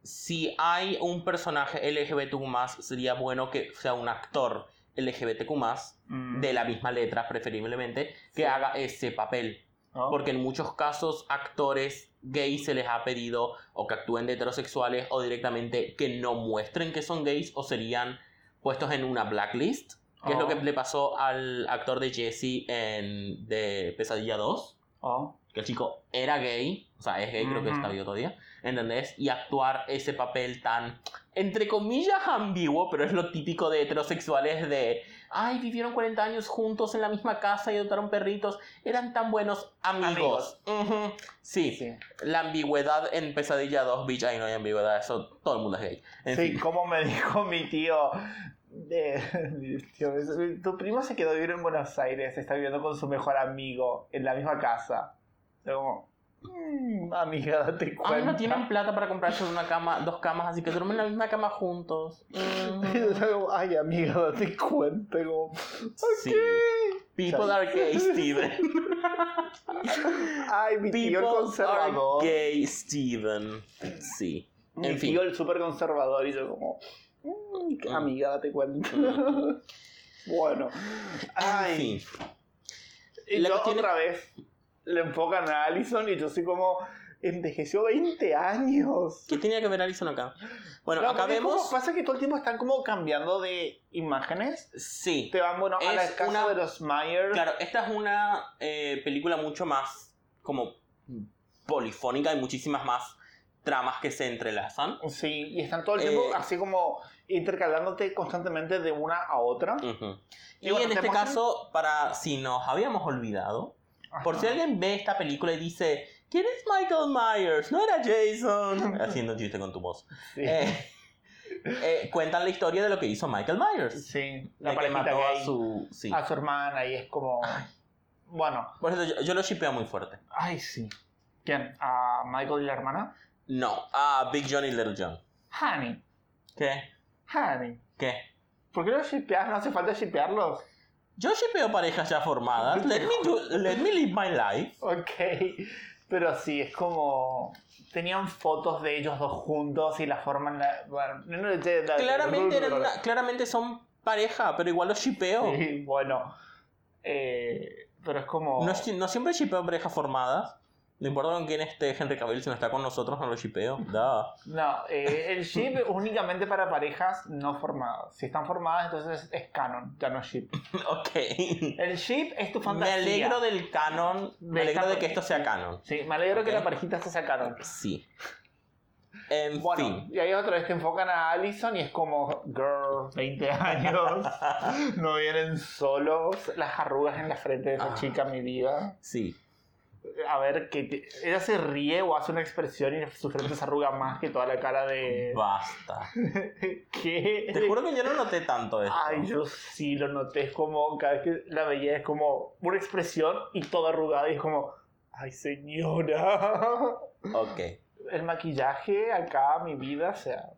si hay un personaje LGBTQ más, sería bueno que sea un actor LGBTQ más Mm. de la misma letra, preferiblemente, que Sí. haga ese papel. ¿No? Porque en muchos casos actores gays se les ha pedido o que actúen de heterosexuales o directamente que no muestren que son gays o serían puestos en una blacklist. Que es lo Oh. que le pasó al actor de Jesse en de Pesadilla 2 Oh. que el chico era gay, o sea, es gay, creo que Ujú. está vivo todavía, ¿entendés? Y actuar ese papel tan, entre comillas, ambiguo, pero es lo típico de heterosexuales de, ay, vivieron 40 años juntos en la misma casa y adoptaron perritos, eran tan buenos amigos. Ujú. sí, Sí, la ambigüedad en Pesadilla 2, bitch, ahí no hay ambigüedad, eso, todo el mundo es gay. En Sí, fin. como me dijo mi tío. de- mi tío, es- tu primo se quedó a vivir en Buenos Aires, está viviendo con su mejor amigo en la misma casa. Yo como, "Mm, amiga, date Aún cuenta. Ah, no tienen plata para comprarse una cama, dos camas, así que duermen en la misma cama juntos. Ujú. Yo como, Ay, amiga, date cuenta. Como, Sí. "¿Qué?". People are gay, Steven. Ay, mi tío el People are conservador. gay, Steven. Sí. Mi En fin. tío el súper conservador. Y yo como, "Mm, Mm. amiga, date cuenta. Mm. bueno. Ay. En fin. Y La yo cuestión es- otra vez le enfocan a Allison y yo soy como, envejeció 20 años. ¿Qué tenía que ver Alison acá? Bueno, No, acá porque es como- vemos. pasa que todo el tiempo están como cambiando de imágenes. Sí. Te van, bueno, a Es la casa una- de los Myers. Claro, esta es una eh, película mucho más como polifónica. Hay muchísimas más tramas que se entrelazan. Sí, y están todo el Eh, tiempo así como intercalándote constantemente de una a otra. Ujú. Y Y, bueno, en te este muestran- caso, para si nos habíamos olvidado, por si Ajá. alguien ve esta película y dice, ¿quién es Michael Myers? No era Jason. Haciendo chiste con tu voz. Sí. Eh, eh, cuentan la historia de lo que hizo Michael Myers. Sí, la La que parejita mató gay, a su. sí. a su hermana y es como... Bueno, Por eso yo, yo lo shipeo muy fuerte. ay sí. ¿Quién? ¿A Michael y la hermana? No, a Big John y Little John. Honey, ¿Qué? honey. ¿Qué? ¿Por qué los shipeas? ¿No hace falta shipearlos? Yo shipeo parejas ya formadas. Let me, do- let me live my life. Ok. Pero sí, es como. Tenían fotos de ellos dos juntos y la forman. La... Bueno, no, no, che, la- Claramente, eran una- claramente son pareja, pero igual los shipeo. Sí, bueno. Eh, pero es como. No, shi- no siempre shipeo parejas formadas. No importa con quién esté Henry Cavill, si no está con nosotros, no lo shipeo. Da. No, eh, el ship es únicamente para parejas no formadas. Si están formadas, entonces es canon, ya no es ship. Ok. El ship es tu Me fantasía. alegro del canon. De Me alegro de esta- que esto sea canon. Sí, me alegro Ok. que la parejita se sacaron. Sí. En Bueno, fin. y ahí otra vez te enfocan a Allison y es como, girl, 20 años, no vienen solos, las arrugas en la frente de esa Ah. chica, mi vida. Sí. A ver, que te- ella se ríe o hace una expresión y su frente se arruga más que toda la cara de... Basta. ¿Qué? Te juro que yo no noté tanto esto. Ay, yo sí lo noté, es como, cada vez que la veía es como una expresión y toda arrugada y es como, ay señora. Ok, El maquillaje acá, mi vida, o sea...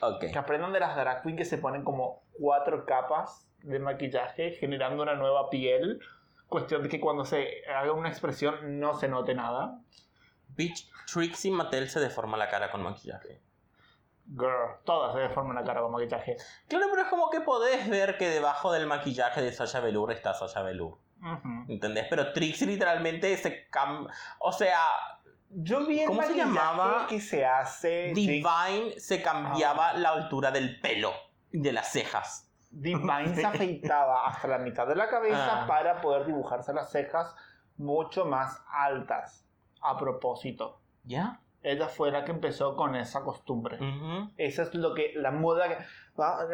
ok. Que aprendan de las drag queen que se ponen como cuatro capas de maquillaje generando una nueva piel. Cuestión de que cuando se haga una expresión no se note nada. Bitch, Trixie Mattel se deforma la cara con maquillaje. Girl, todas se deforman la cara con maquillaje. Claro, pero es como que podés ver que debajo del maquillaje de Sasha Velour está Sasha Velour. Ujú. ¿Entendés? Pero Trixie literalmente se cam... O sea, Yo vi el ¿Cómo se maquillaje llamaba? que se hace. sí. Ah. Divine se cambiaba la altura del pelo y de las cejas. Deep Mind se afeitaba hasta la mitad de la cabeza Ah. para poder dibujarse las cejas mucho más altas. A propósito, ¿Ya? ella fue la que empezó con esa costumbre. Ujú. Eso es lo que la moda. que- ah,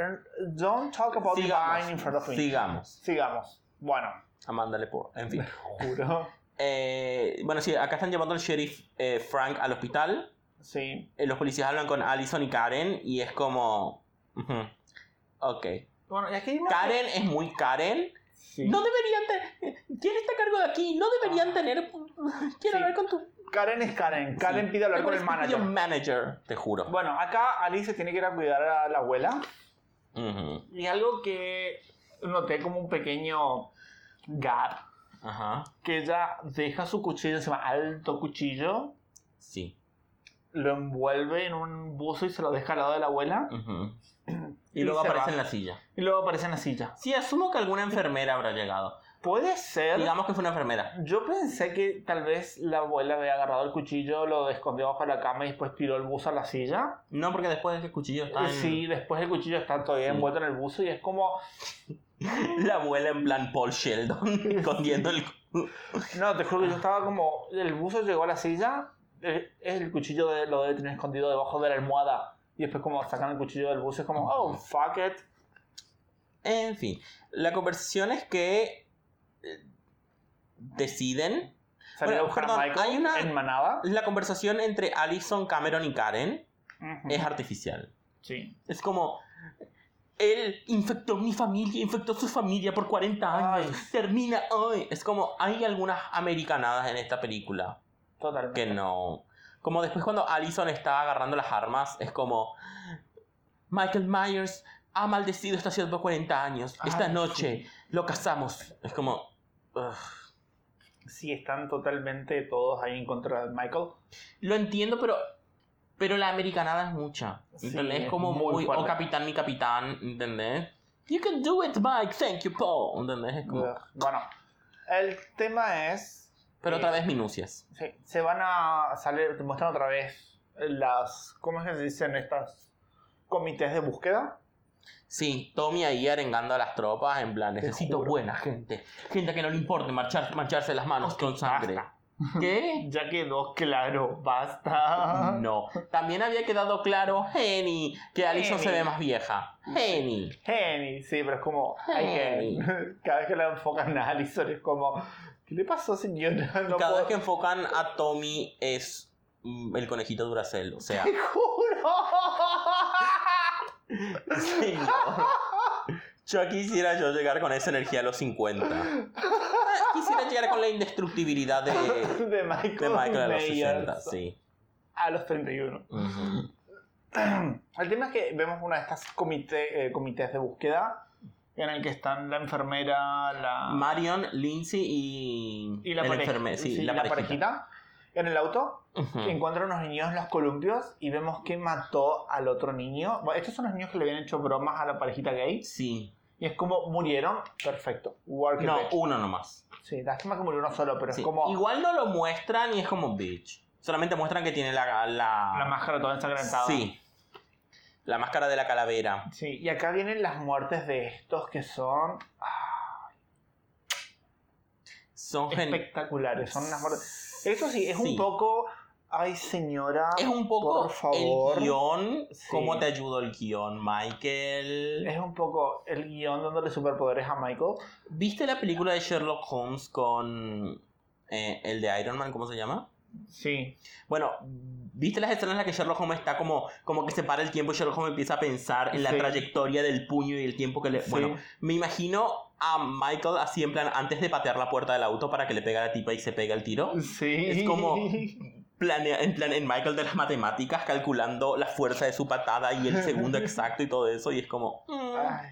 Don't talk about Deep Mind in front of Sigamos. me. Sigamos. Sigamos. Bueno, Amanda Lepore. En fin. juro. Eh, bueno, sí, acá están llevando al sheriff eh, Frank al hospital. Sí. Eh, los policías hablan con Allison y Karen y es como... ujú, Ok. Bueno, y aquí hay una- Karen es muy Karen. Sí. No deberían tener... ¿Quién está a cargo de aquí? No deberían tener... Quiero Ah. Sí. hablar con tu... Karen es Karen. Karen Sí. pide hablar Me con el parece que manager. pide un manager, te juro. Bueno, acá Alice tiene que ir a cuidar a la abuela. Ujú, Y algo que noté como un pequeño gap, Ajá. que ella deja su cuchillo encima, alto cuchillo, Sí. lo envuelve en un buzo y se lo deja al lado de la abuela, ujú. Y Y luego se aparece va. en la silla. y luego aparece en la silla. Sí, asumo que alguna enfermera habrá llegado. Puede ser... Digamos que fue una enfermera. Yo pensé que tal vez la abuela había agarrado el cuchillo, lo escondió bajo la cama y después tiró el buzo a la silla. No, porque después de que el cuchillo está en... Sí, después el cuchillo está todavía Ah, Sí. envuelto en el buzo y es como... La abuela en plan Paul Sheldon, escondiendo el... No, te juro que yo estaba como... El buzo llegó a la silla, el, el cuchillo de- lo debe tener escondido debajo de la almohada. Y después como sacan el cuchillo del buzo, es como, oh, fuck it. En fin, la conversación es que eh, deciden... Salió Bueno, a buscar perdón, a Michael hay una- en Manada. La conversación entre Allison, Cameron y Karen Ujú. es artificial. Sí. Es como... Él infectó mi familia, infectó su familia por 40 años. Ay. Termina hoy. Es como hay algunas americanadas en esta película. Totalmente. que no. Como después cuando Allison está agarrando las armas, es como Michael Myers ha maldecido esta ciudad por 40 años. Esta Ay, noche lo cazamos. Es como ugh. Sí, están totalmente todos ahí en contra de Michael. lo entiendo, pero pero la americanada es mucha. Sí, ¿entendés? es es como muy muy, fuerte. oh capitán, mi capitán, ¿entendés? You can do it, Mike. Thank you, Paul. ¿Entendés? Es como- Ugh. Bueno, el tema es... pero otra eh, vez minucias. Sí, se van a salir, te muestran otra vez las, ¿cómo es que se dicen estas? Comités de búsqueda. Sí, Tommy ahí arengando a las tropas en plan, necesito juro. buena gente. Gente que no le importe marchar, mancharse las manos con sangre. basta. ¿Qué? Ya quedó claro, basta. No. También había quedado claro, Henny, que Alison Henny. se ve más vieja. Henny. Henny, sí, pero es como, hay que, Henny. cada vez que la enfocan a Alison es como, ¿qué le pasó señora? No Cada vez puedo- que enfocan a Tommy es mm, el conejito Duracell. O sea, ¡Te juro! señor. Yo quisiera yo llegar con esa energía a los 50. Ah, Quisiera llegar con la indestructibilidad de, De Michael, de Michael a los Myers 60, sí. A los 31. Ujú. El tema es que vemos una de estas comité- eh, comités de búsqueda en el que están la enfermera, la... Marion, Lindsay y, y la, el pareja- enferme- sí, sí, la la parejita. Mm. parejita en el auto Ujú. que encuentran unos niños en los columpios y vemos que mató al otro niño. Bueno, estos son los niños que le habían hecho bromas a la parejita gay Sí. y es como murieron. Perfecto. Work it, No, bitch. uno nomás. Sí, lástima que murió uno solo, pero Sí, es como Igual no lo muestran y es como bitch. Solamente muestran que tiene la. La, la máscara toda ensangrentada. Sí. La máscara de la calavera. Sí, y acá vienen las muertes de estos que son ah, Son gen- espectaculares. Son unas muertes. Eso sí, es un poco. Ay, señora. Es un poco Por favor. el guión. Sí. ¿Cómo te ayudó el guión, Michael? Es un poco el guión dándole superpoderes a Michael. ¿Viste la película de Sherlock Holmes con eh, el de Iron Man? ¿Cómo se llama? Sí. Bueno, ¿viste las escenas en las que Sherlock Holmes está como, como que se para el tiempo y Sherlock Holmes empieza a pensar en la Sí. trayectoria del puño y el tiempo que le. sí. Bueno, Me imagino a Michael así en plan antes de patear la puerta del auto para que le pegue a la tipa y se pega el tiro. Sí. Es como planea, en plan en Michael de las matemáticas calculando la fuerza de su patada y el segundo exacto y todo eso y es como... mm. Ay,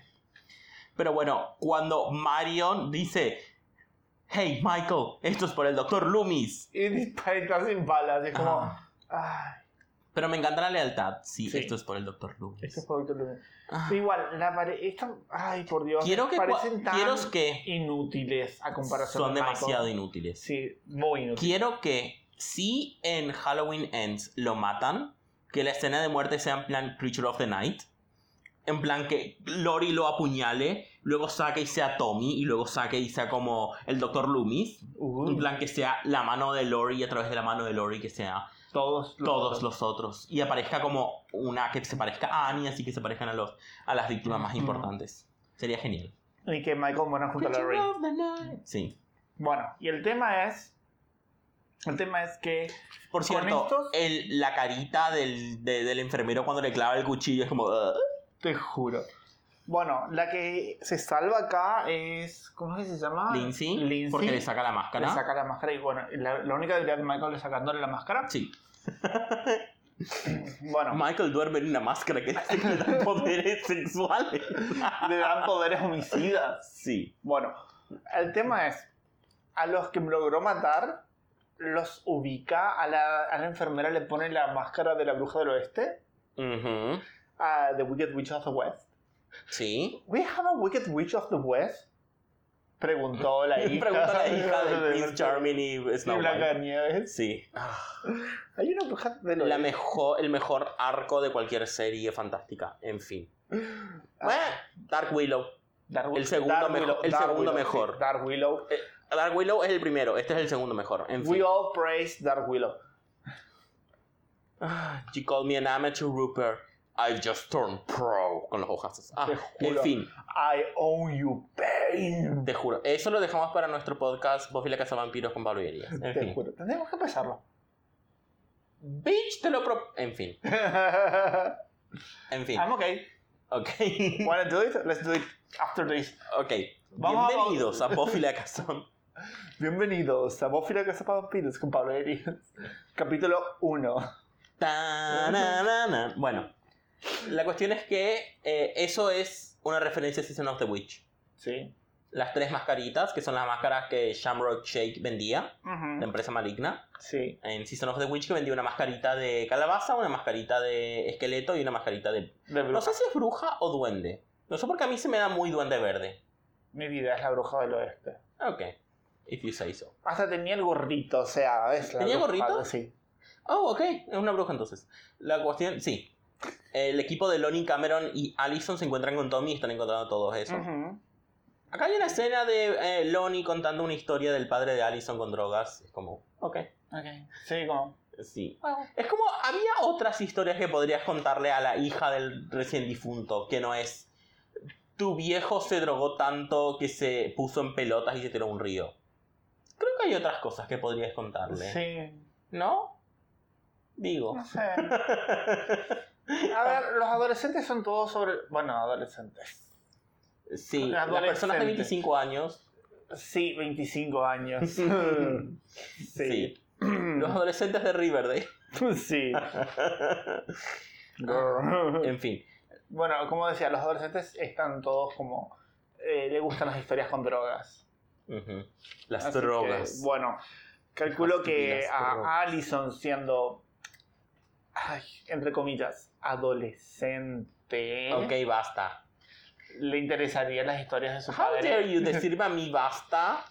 Pero bueno, cuando Marion dice, hey Michael, esto es por el doctor Loomis. y disparitas sin balas. Y es como. Ah, Ay, Pero me encanta la lealtad. Sí, Sí. esto es por el doctor Loomis. este producto también. Ah. Pero Igual, la pare... esta- Ay, por Dios. Quiero que... parecen cua- tan Quiero que... inútiles a comparación Son de Michael. demasiado inútiles. Sí, muy inútiles. Quiero que si en Halloween Ends lo matan, que la escena de muerte sea en plan Creature of the Night. En plan que Lori lo apuñale, luego saque y sea Tommy, y luego saque y sea como el Dr. Loomis. En plan que sea la mano de Lori y a través de la mano de Lori que sea todos los todos otros. los otros. Y aparezca como una que se parezca a Annie, así que se parezcan a, los, a las víctimas más Ujú. importantes. Sería genial. Y que Michael muera junto a Lori. Sí. Bueno, y el tema es. El tema es que. Por cierto, estos- el- la carita del, de- del enfermero cuando le clava el cuchillo es como... "Ugh". Te juro. Bueno, la que se salva acá es. ¿Cómo es que se llama? Lindsay, Ah, Lindsay. porque le saca la máscara. Le saca la máscara y bueno, la, la única debilidad de Michael es sacándole la máscara. Sí. Bueno, Michael duerme en una máscara que dice que le da poderes sexuales. le dan poderes homicidas. sí. Bueno, el tema es, a los que logró matar, los ubica, a la, a la enfermera le pone la máscara de la bruja del oeste, Ujú. a The Wicked Witch of the West. Sí. ¿We have a Wicked Witch of the West? Preguntó la hija. Pregunta a la hija de Prince Charming y y Snow White. Blancanieves. Sí. Ah. Hay una bruja del La oeste. mejor, el mejor arco de cualquier serie fantástica. En fin. Ah. Bueno, Dark Willow. Dar- el segundo Dar mejor- Willow- el Dar segundo Willow, mejor. sí, Dar Willow. Dark Willow es el primero. Este es el segundo mejor. En fin. We all praise Dark Willow. Ah, You called me an amateur Rupert. I've just turned pro. Con los ojazos. Ah, Te juro. en fin. I owe you pain. Te juro. Eso lo dejamos para nuestro podcast Buffy la Casa Vampiros con Pablo y Elías. En Te fin. juro. Tendremos que pasarlo. Bitch, te lo pro... En fin. I'm En fin. okay. Ok. Wanna do it? Let's do it after this. ok. Vamos a- Bienvenidos a Buffy la Casa Bienvenidos a Buffy la Casa Vampiros con Pablo Arias. Capítulo 1. Tananana. Bueno, la cuestión es que eh, eso es una referencia a Season of the Witch. Sí. Las tres mascaritas, que son las máscaras que Shamrock Shake vendía, la Ujú. empresa maligna. Sí. En Season of the Witch que vendía una mascarita de calabaza, una mascarita de esqueleto y una mascarita de... De No bruja. sé si es bruja o duende. No sé porque a mí se me da muy duende verde. Ah, Mi vida es la bruja del oeste. Ok, if you say so. Hasta tenía el gorrito, o sea, es la ¿Tenía bruja, gorrito? Sí. Oh, ok, es una bruja entonces. La cuestión, sí. El equipo de Lonnie Cameron y Allison se encuentran con Tommy y están encontrando todos eso. Ujú. Acá hay una escena de eh, Lonnie contando una historia del padre de Allison con drogas. Es como, ok, Sí, como. sí. Es como, había otras historias que podrías contarle a la hija del recién difunto, que no es, tu viejo se drogó tanto que se puso en pelotas y se tiró a un río. Creo que hay otras cosas que podrías contarle. Sí. ¿No? Digo. No sé. A ver, los adolescentes son todos sobre. Bueno, adolescentes. Sí, las Adolescente. personas de 25 años. Sí, 25 años. sí. Mm. Sí. Los adolescentes de Riverdale. sí. En fin. bueno, como decía, los adolescentes están todos como. eh, le gustan las historias con drogas. Ujú. Las Así que, drogas. bueno, calculo Las que típicas a drogas. Allison siendo. ay, entre comillas, adolescente. Ok, basta. Le interesarían las historias de su How padre. dare you decirme a mí basta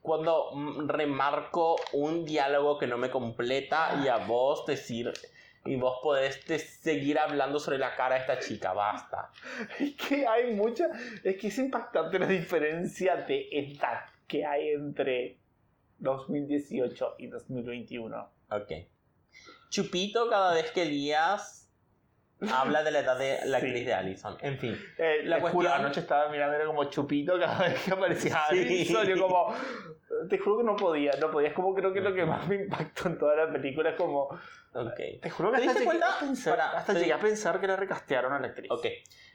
cuando mm, remarco un diálogo que no me completa y a vos decir y vos podés te- seguir hablando sobre la cara de esta chica, basta. Es que hay mucha. Es que es impactante la diferencia de edad que hay entre 2018 y 2021. Ok. Chupito cada vez que Elías habla de la edad de la Sí. actriz de Allison. En fin. Eh, La te juro, cuestión- anoche estaba mirando era como chupito cada vez que aparecía Sí. Alison. Yo como. Te juro que no podía, no podía. Es como creo que lo que más me impactó en toda la película es como. Ok. Te juro que ¿Te hasta diste llegué, cuenta? a pensar, Pará, hasta te- llegué a pensar que la recastearon a la actriz. Ok.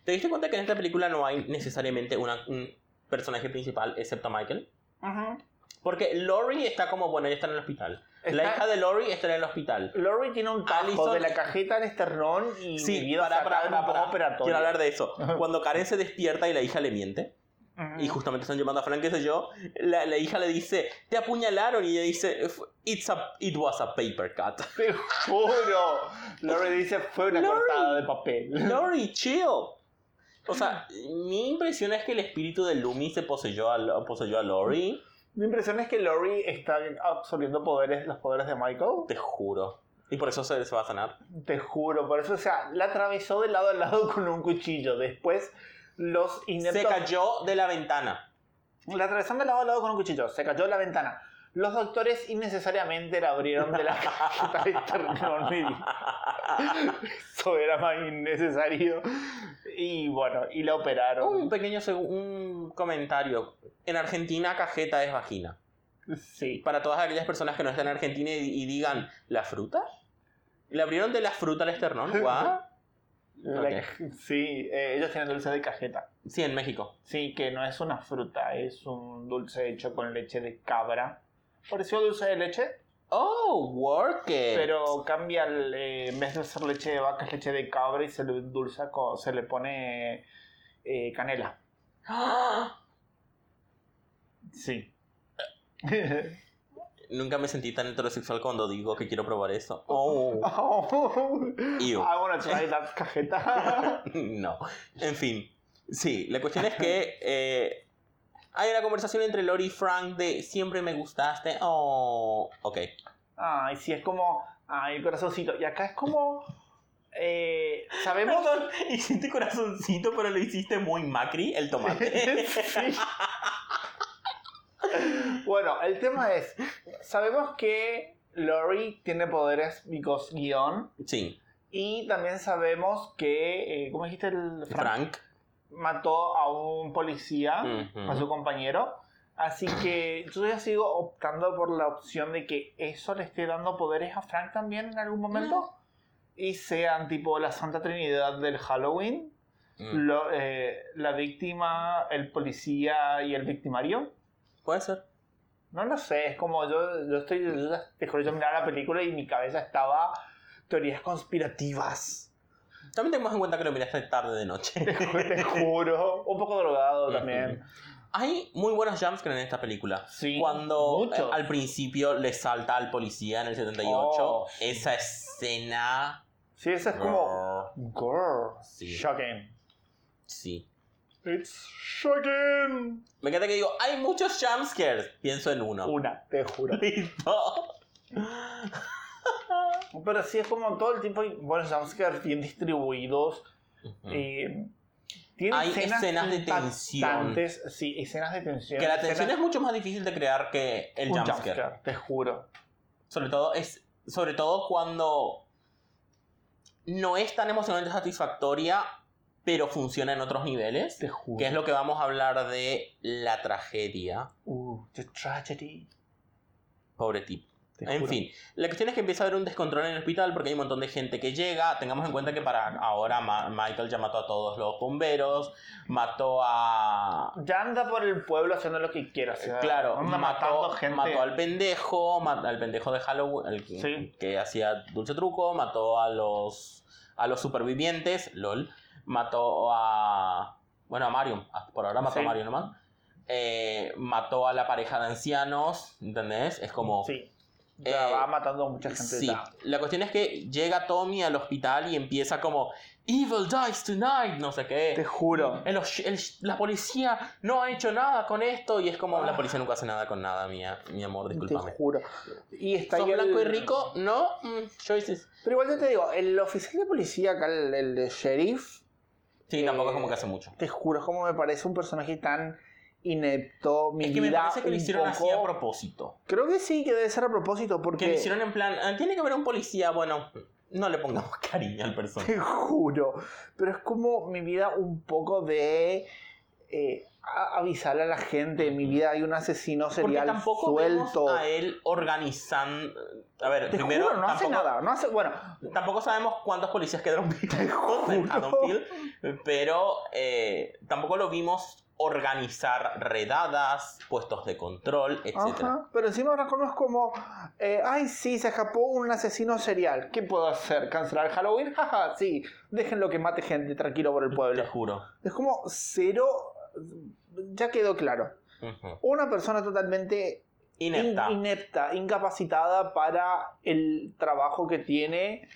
¿Te diste cuenta que en esta película no hay necesariamente una- un personaje principal excepto Michael? Ujú. Porque Lori está como, bueno, ella está en el hospital. La Está- hija de Lori está en el hospital. Lori tiene un tajo Allison- de la cajeta al esternón y Sí, debido a para, sacar para, un para, poco para. operatorio. Mm. Quiero hablar de eso. Ajá. Cuando Karen se despierta y la hija le miente, Ujú. y justamente están llamando a Frank, qué sé yo, la, la hija le dice, te apuñalaron, y ella dice, It's a, it was a paper cut. Te juro. Lori dice fue una Lori. cortada de papel. Lori, chill. O sea, mi impresión es que el espíritu de Lumi se poseyó a, Lo- poseyó a Lori. Mi impresión es que Lori está absorbiendo poderes, los poderes de Michael. Te juro. Y por eso se, se va a sanar. Te juro, por eso, o sea, la atravesó de lado a lado con un cuchillo. Después, los Se ineptos. cayó de la ventana. La atravesaron de lado a lado con un cuchillo. Se cayó la ventana. Los doctores innecesariamente la abrieron de la caja de Terminal. Eso era más innecesario. Y bueno, y la Un operaron. pequeño seg- un comentario. En Argentina, cajeta es vagina. Sí. Para todas aquellas personas que no están en Argentina y, y digan, ¿la fruta? ¿Le abrieron de la fruta al esternón? ¿Guau? La- Sí, eh, ellos tienen dulce de cajeta. Sí, en México. Sí, que no es una fruta, es un dulce hecho con leche de cabra. Pareció dulce de leche, Oh, work it. pero cambia, el, eh, en vez de ser leche de vaca, es leche de cabra y se le endulza, co- se le pone eh, canela. ¡Ah! Sí. Nunca me sentí tan heterosexual cuando digo que quiero probar eso. Oh. I Ew. wanna try that cajeta. no. En fin. Sí, la cuestión es que eh, hay una conversación entre Lori y Frank de siempre me gustaste. Oh, ok. Ay, sí, es como, ay, el corazoncito. Y acá es como, eh, sabemos... hiciste este corazoncito, pero lo hiciste muy macri, el tomate. Sí. Bueno, el tema es, sabemos que Lori tiene poderes because guión sí, y también sabemos que, eh, ¿cómo dijiste el Frank. Ah, Mató a un policía, Ujú. a su compañero. Así que yo ya sigo optando por la opción de que eso le esté dando poderes a Frank también en algún momento. Y sean tipo la Santa Trinidad del Halloween Mm. lo- eh, la víctima, el policía y el victimario. Puede ser. No lo sé, es como yo, yo estoy, yo, ya- te juro, yo miraba la película y mi cabeza estaba teorías conspirativas. También tenemos en cuenta que lo miraste tarde de noche. Te, ju- te juro. Un poco drogado también. Hay muy buenos jumpscares en esta película. Sí, Cuando muchos. eh, al principio le salta al policía en el 78, Oh. esa escena. Sí, eso es como... Girl, Sí. shocking. Sí. It's shocking. Me encanta que digo, hay muchos jumpscares. Pienso en uno. Una, te juro. Listo. Pero sí, es como todo el tiempo hay buenos jumpscares bien distribuidos. Eh, tiene Mm. Hay escenas de impactantes, Sí, escenas de tensión. que la escenas- tensión es mucho más difícil de crear que el un jumpscare. jumpscare, te juro. Sobre todo es. Sobre todo cuando no es tan emocionalmente satisfactoria, pero funciona en otros niveles. Te juro. Que es lo que vamos a hablar de la tragedia. Uh, the tragedy. Pobre tipo. Te en juro. fin, la cuestión es que empieza a haber un descontrol en el hospital porque hay un montón de gente que llega. Tengamos en cuenta que para ahora Ma- Michael ya mató a todos los bomberos, mató a... Ya anda por el pueblo haciendo lo que quiera. o sea, Eh, Claro, anda mató, matando gente. mató al pendejo, ma- al pendejo de Halloween, el que, Sí. que hacía dulce truco, mató a los, a los supervivientes, lol, mató a... Bueno, a Mario, por ahora mató Sí. a Mario nomás. Eh, mató a la pareja de ancianos, ¿entendés? Es como... Sí. Ya Eh, va matando a mucha gente. Sí, ya. la cuestión es que llega Tommy al hospital y empieza como Evil dies tonight, no sé Te qué. juro. El os- el- la policía no ha hecho nada con esto y es como Ah. la policía nunca hace nada con nada, mía, mi amor, Te discúlpame. juro. Y está ¿Sos ahí el- blanco y rico? No, mm, choices. Pero igual yo te digo, el oficial de policía acá, el, el de sheriff, Sí, Eh, tampoco es como que hace mucho. te juro, es como me parece un personaje tan inepto. Mi Es que me vida parece que lo un hicieron así poco- a propósito. Creo que sí, que debe ser a propósito, Que porque lo hicieron en plan, "Ah, tiene que haber un policía, bueno, no le pongamos cariño al personaje. te juro, pero es como mi vida un poco de eh, a- avisarle a la gente, en mi vida hay un asesino Porque serial tampoco suelto. vemos a él organizando... A ver, Te primero... juro, no hace tampoco- nada, no hace, bueno, Tampoco sabemos cuántos policías quedaron vivos juro. a Don Phil, pero eh, tampoco lo vimos organizar redadas, puestos de control, etc. ajá, pero encima ahora es como, eh, ay sí, se escapó un asesino serial, ¿qué puedo hacer? ¿Cancelar Halloween? Jaja, sí, déjenlo que mate gente tranquilo por el Te pueblo. juro. Es como cero, ya quedó claro, Ujú. una persona totalmente Inepta. In- inepta, incapacitada para el trabajo que tiene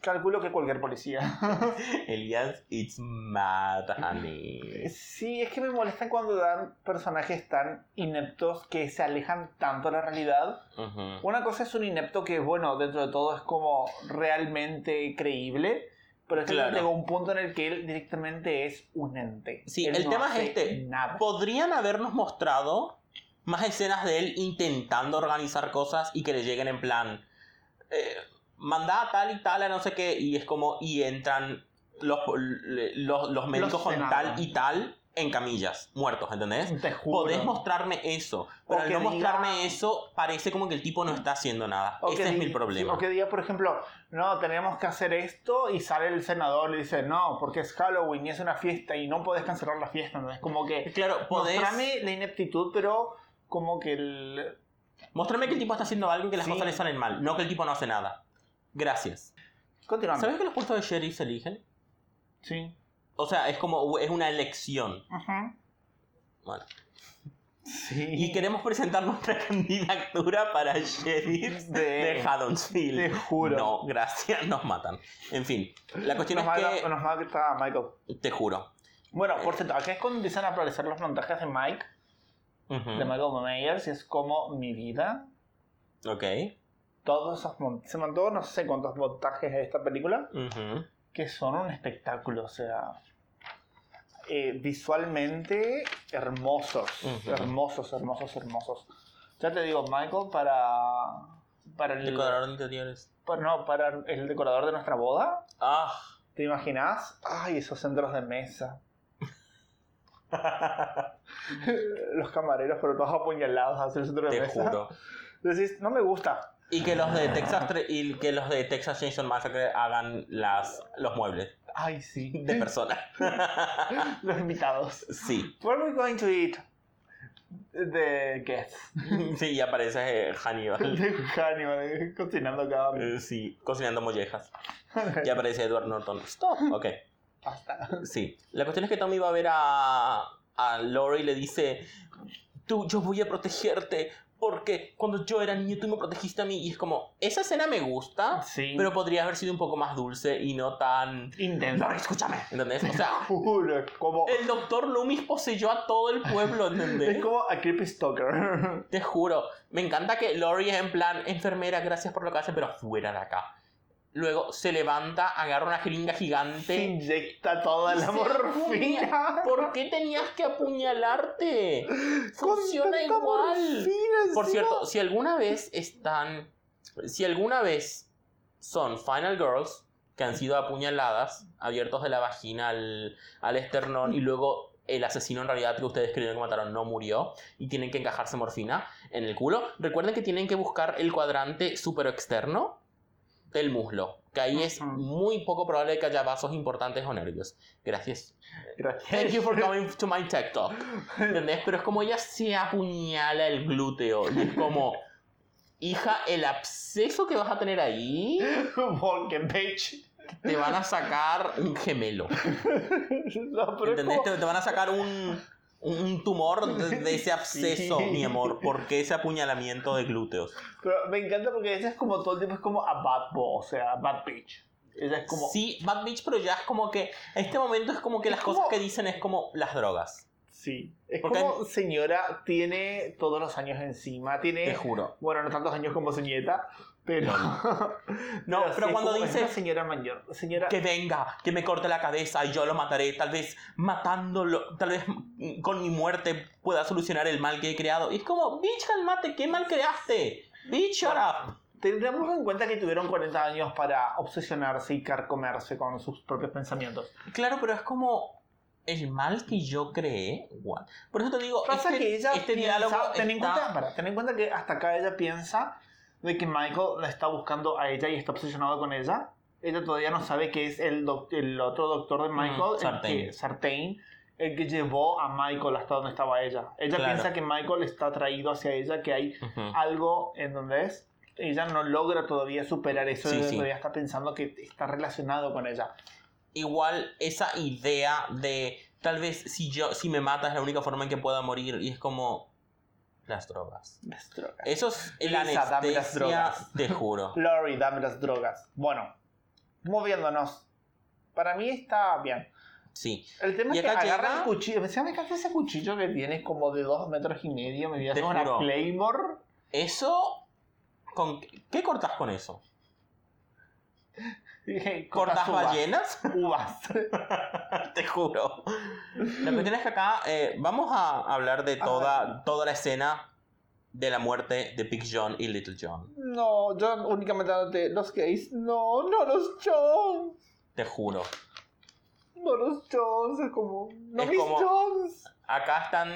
Calculo que cualquier policía. Elias, it's mad, honey. Sí, es que me molestan cuando dan personajes tan ineptos que se alejan tanto de la realidad. Ujú. Una cosa es un inepto que, bueno, dentro de todo es como realmente creíble, pero es que Claro. llegó un punto en el que él directamente es un ente. Sí, Él el no tema es hace este. Nada. Podrían habernos mostrado más escenas de él intentando organizar cosas y que le lleguen en plan. Eh, mandá a tal y tal a no sé qué. Y es como. Y entran los, los, los médicos Los con senados. tal y tal en camillas, muertos, ¿entendés? Te juro. Podés mostrarme eso, pero O al que no diga- mostrarme eso, parece como que el tipo no está haciendo nada. O que Ese Este es diga- mi problema. O que diga, por ejemplo, no, tenemos que hacer esto y sale el senador y dice, no, porque es Halloween y es una fiesta y no podés cancelar la fiesta. Entonces, como que... Claro, podés. Mostrame... Mostrame la ineptitud, pero como que el... que el tipo está haciendo algo y que las Sí. cosas le salen mal, no que el tipo no hace nada. Gracias. Continuamos. ¿Sabes que los puestos de sheriff se eligen? Sí. O sea, es como es una elección. Ajá. Bueno. Sí. Y queremos presentar nuestra candidatura para sheriff De- de, te Haddonfield. juro. No, gracias, nos matan. En fin, la cuestión Nos es mata, que nos mata Michael. te juro. Bueno, por cierto, acá es cuando empiezan a aparecer los montajes de Mike, Ujú. de Michael Myers, y es como mi vida. Ok. Todos esos montajes, se mandó no sé cuántos montajes de esta película, Ujú. que son un espectáculo, o sea, eh, visualmente hermosos, Ujú. hermosos, hermosos, hermosos. Ya te digo, Michael, para, para, el, Decorador de interiores. para- no, para el decorador de nuestra boda, Ah. ¿te imaginas? Ay, esos centros de mesa. Los camareros, pero todos apuñalados hacia el centro de Te mesa. juro. Decís, no me gusta. Y que los de Texas Tre- y que los de Texas Chainsaw Massacre hagan las los muebles Ay, sí. de personas. Los invitados. sí. What are we going to eat? De guest. Sí, y aparece eh, Hannibal. De Hannibal, cocinando cada uno. Eh, Sí, cocinando mollejas. Y aparece Edward Norton. Stop. Ok. Basta. Sí. La cuestión es que Tommy va a ver a, a Lori y le dice, tú, yo voy a protegerte porque cuando yo era niño tú me protegiste a mí. Y es como, esa escena me gusta, Sí. Ah. pero podría haber sido un poco más dulce y no tan... Intenso. Lori, escúchame. ¿Entendés? O sea, Juro, es como. el doctor Loomis poseyó a todo el pueblo, Es ¿entendés? como a Creepy Stalker. Te juro, me encanta que Lori es en plan enfermera, gracias por lo que hace, pero fuera de acá. Luego se levanta, agarra una jeringa Se gigante. inyecta toda la Se morfina. apuña- ¿Por qué tenías que apuñalarte? Con Funciona tanta igual. morfina encima. Por cierto, si alguna vez están. Si alguna vez son Final Girls que han sido apuñaladas, abiertos de la vagina al, al esternón y luego el asesino en realidad que ustedes creyeron que mataron no murió y tienen que encajarse morfina en el culo, recuerden que tienen que buscar el cuadrante super externo del muslo, que ahí es Ujú. muy poco probable que haya vasos importantes o nervios. Gracias. Gracias. Thank you for coming to my tech talk. ¿Entendés? Pero es como ella se apuñala el glúteo. Y es como, hija, el absceso que vas a tener ahí, Porque, bitch. te van a sacar un gemelo. No, pero es ¿Entendés? como- Te, te van a sacar un, un tumor de, de ese absceso, Sí. mi amor. ¿Por qué ese apuñalamiento de glúteos? Pero me encanta porque ella es como todo el tiempo, es como a bad boy, o sea, a bad bitch. Ella es como... Sí, Bad Bitch, pero ya es como que, en este momento es como que las cosas como- que dicen es como las drogas. Sí. Es Porque- como señora, tiene todos los años encima, Te tiene... juro. Bueno, no tantos años como su nieta, pero... No, pero es cuando como- es dice- una señora mayor, señora... que venga, que me corte la cabeza y yo lo mataré, tal vez matándolo, tal vez mm, con mi muerte pueda solucionar el mal que he creado. Y es como, bitch, calmate, ¿qué mal creaste? Bitch, shut up. Tendremos en cuenta que tuvieron 40 años para obsesionarse y carcomerse con sus propios pensamientos. Claro, pero es como el mal que yo creé. What? Por eso te digo, Pasa este, que ella este piensa- diálogo ten, en está- cuenta, para, ten en cuenta que hasta acá ella piensa de que Michael la está buscando a ella y está obsesionado con ella. Ella todavía no sabe que es el, doc- el otro doctor de Michael, Mm, Sartain. El que, Sartain, el que llevó a Michael hasta donde estaba ella. Ella Claro. piensa que Michael está atraído hacia ella, que hay Ujú. algo en donde es. Ella no logra todavía superar eso, Sí, ella sí. todavía está pensando que está relacionado con ella. igual esa idea de tal vez si yo si me matas es la única forma en que pueda morir y es como las drogas. Las drogas. Eso es el Lisa, dame las anestesia, drogas. te juro. Lori, dame las drogas. Bueno, moviéndonos. Para mí está bien. Sí. El tema Y es que acá agarra llega- el cuchillo. Me decía, me encanta ese cuchillo que tienes como de dos metros y medio. Me voy a Te hacer una juro. Claymore. Eso. ¿con qué- ¿Qué cortas con eso? Dije, ¿Cortas uvas. ballenas? Uvas. Te juro. La cuestión es que acá eh, vamos a hablar de toda, toda la escena de la muerte de Big John y Little John. No, yo únicamente dándote los gays. No, no los Jones. Te juro. No los Jones. Es como. No Es mis como- Jones. Acá están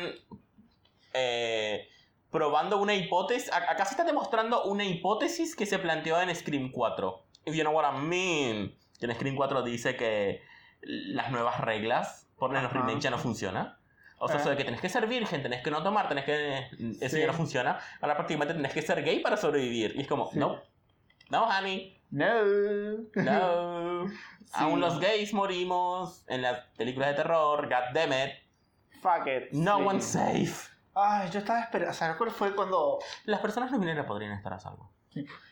eh, probando una hipótesis. a- Acá se está demostrando una hipótesis que se planteó en Scream 4. If you know what I mean. Que En Scream 4 dice que las nuevas reglas por los Ajá. remakes ya no funciona. O sea, Ah. eso de que tenés que ser virgen, tenés que no tomar, tenés que... Eso ya no funciona. Ahora prácticamente tenés que ser gay para sobrevivir. Y es como, Sí. no. No, honey. No. No. Aún los gays morimos en las películas de terror. God damn it. Fuck it. No Sí. one's safe. Ay, yo estaba esperando. ¿Sabes cuál fue cuando.? Las personas no mineras podrían estar a salvo.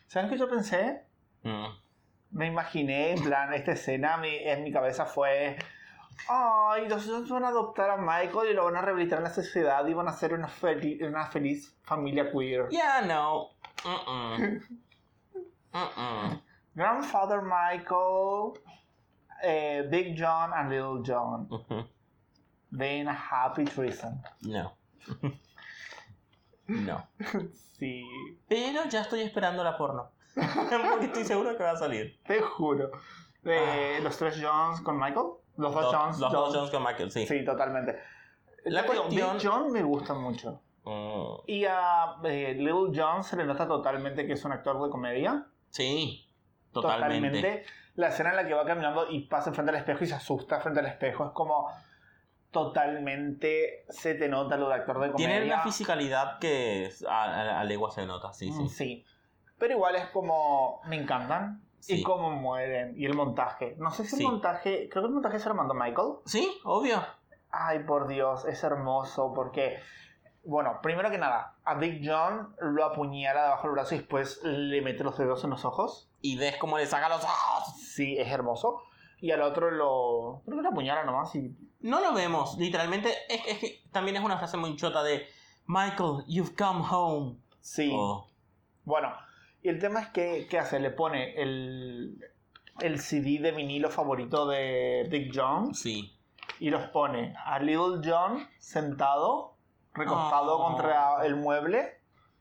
¿Saben qué yo pensé? Mm. Me imaginé, en plan, esta escena mi- en mi cabeza fue. Ay, los Jones van a adoptar a Michael y lo van a rehabilitar en la sociedad y van a ser una, fel- una feliz familia queer. Yeah, no. Mm-mm. Mm-mm. Grandfather Michael, eh, Big John and Little John. Ujú. Being a happy threesome. No. No. Sí, Pero ya estoy esperando la porno. Porque estoy seguro que va a salir. te juro. Eh, Los tres Johns con Michael. Los dos Johns. Ah. los dos John- Jones con Michael, sí. Sí, totalmente. La Te juro, cuestión- Big John me gusta mucho. Mm, Y a eh, Little John se le nota totalmente que es un actor de comedia. sí. Totalmente. La escena en la que va caminando y pasa enfrente al espejo y se asusta frente al espejo. Es como totalmente se te nota lo de actor de comedia. Tiene una fisicalidad que es- a, a- a legua se nota, sí, Mm, sí. Sí. Pero igual es como. Me encantan. Sí. Y cómo mueren. Y el montaje. No sé si Sí. el montaje. Creo que el montaje se lo mandó Michael. Sí, obvio. Ay, por Dios, es hermoso porque, bueno, primero que nada, a Big John lo apuñala debajo del brazo y después le mete los dedos en los ojos. Y ves cómo le saca los ojos. Sí, es hermoso. Y al otro lo... Creo que lo apuñala nomás y... No lo vemos, literalmente. Es, es que también es una frase muy chota de Michael, you've come home. Sí. Oh, Bueno, y el tema es que, ¿qué hace? Le pone el, el CD de vinilo favorito de Big John sí. y los pone a Little John sentado, recostado Oh. contra el mueble,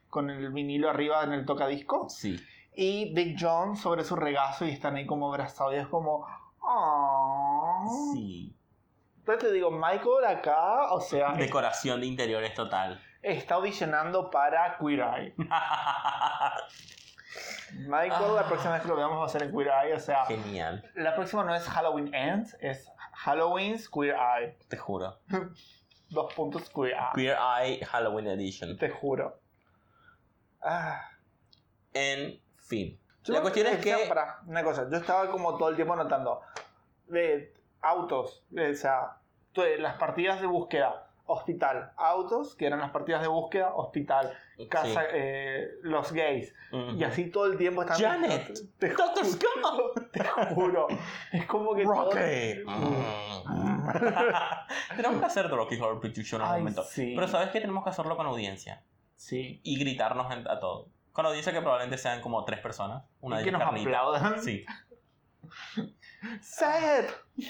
con el vinilo arriba en el tocadiscos. Sí. y Big John sobre su regazo y están ahí como abrazados y es como... "Aww". Sí. Entonces te digo, Michael acá, o sea, Decoración de interiores total. está audicionando para Queer Eye. Michael, Ah. la próxima vez que lo veamos va a ser en Queer Eye, o sea, Genial, la próxima no es Halloween Ends, es Halloween's Queer Eye. te juro. Dos puntos Queer Eye, Queer Eye Halloween Edition. te juro. Ah. En fin. Yo La me- cuestión es o sea, que. pará, una cosa, yo estaba como todo el tiempo anotando. De autos, eh, o sea, tu- eh, las partidas de búsqueda, hospital. Autos, que eran las partidas de búsqueda, hospital. Casa, eh, los gays. Sí. Ujú. Y así todo el tiempo están. Janet. Te Doctor Scott. juro. Es como que. todo- Rocky. tenemos que hacer Rocky Horror Picture Show en algún Ay, momento. sí. Pero sabes que tenemos que hacerlo con audiencia. Sí. Y gritarnos en- a todos. Con audiencia que probablemente sean como tres personas. Una Y de que ellas nos carnita. aplaudan. Sí, Say it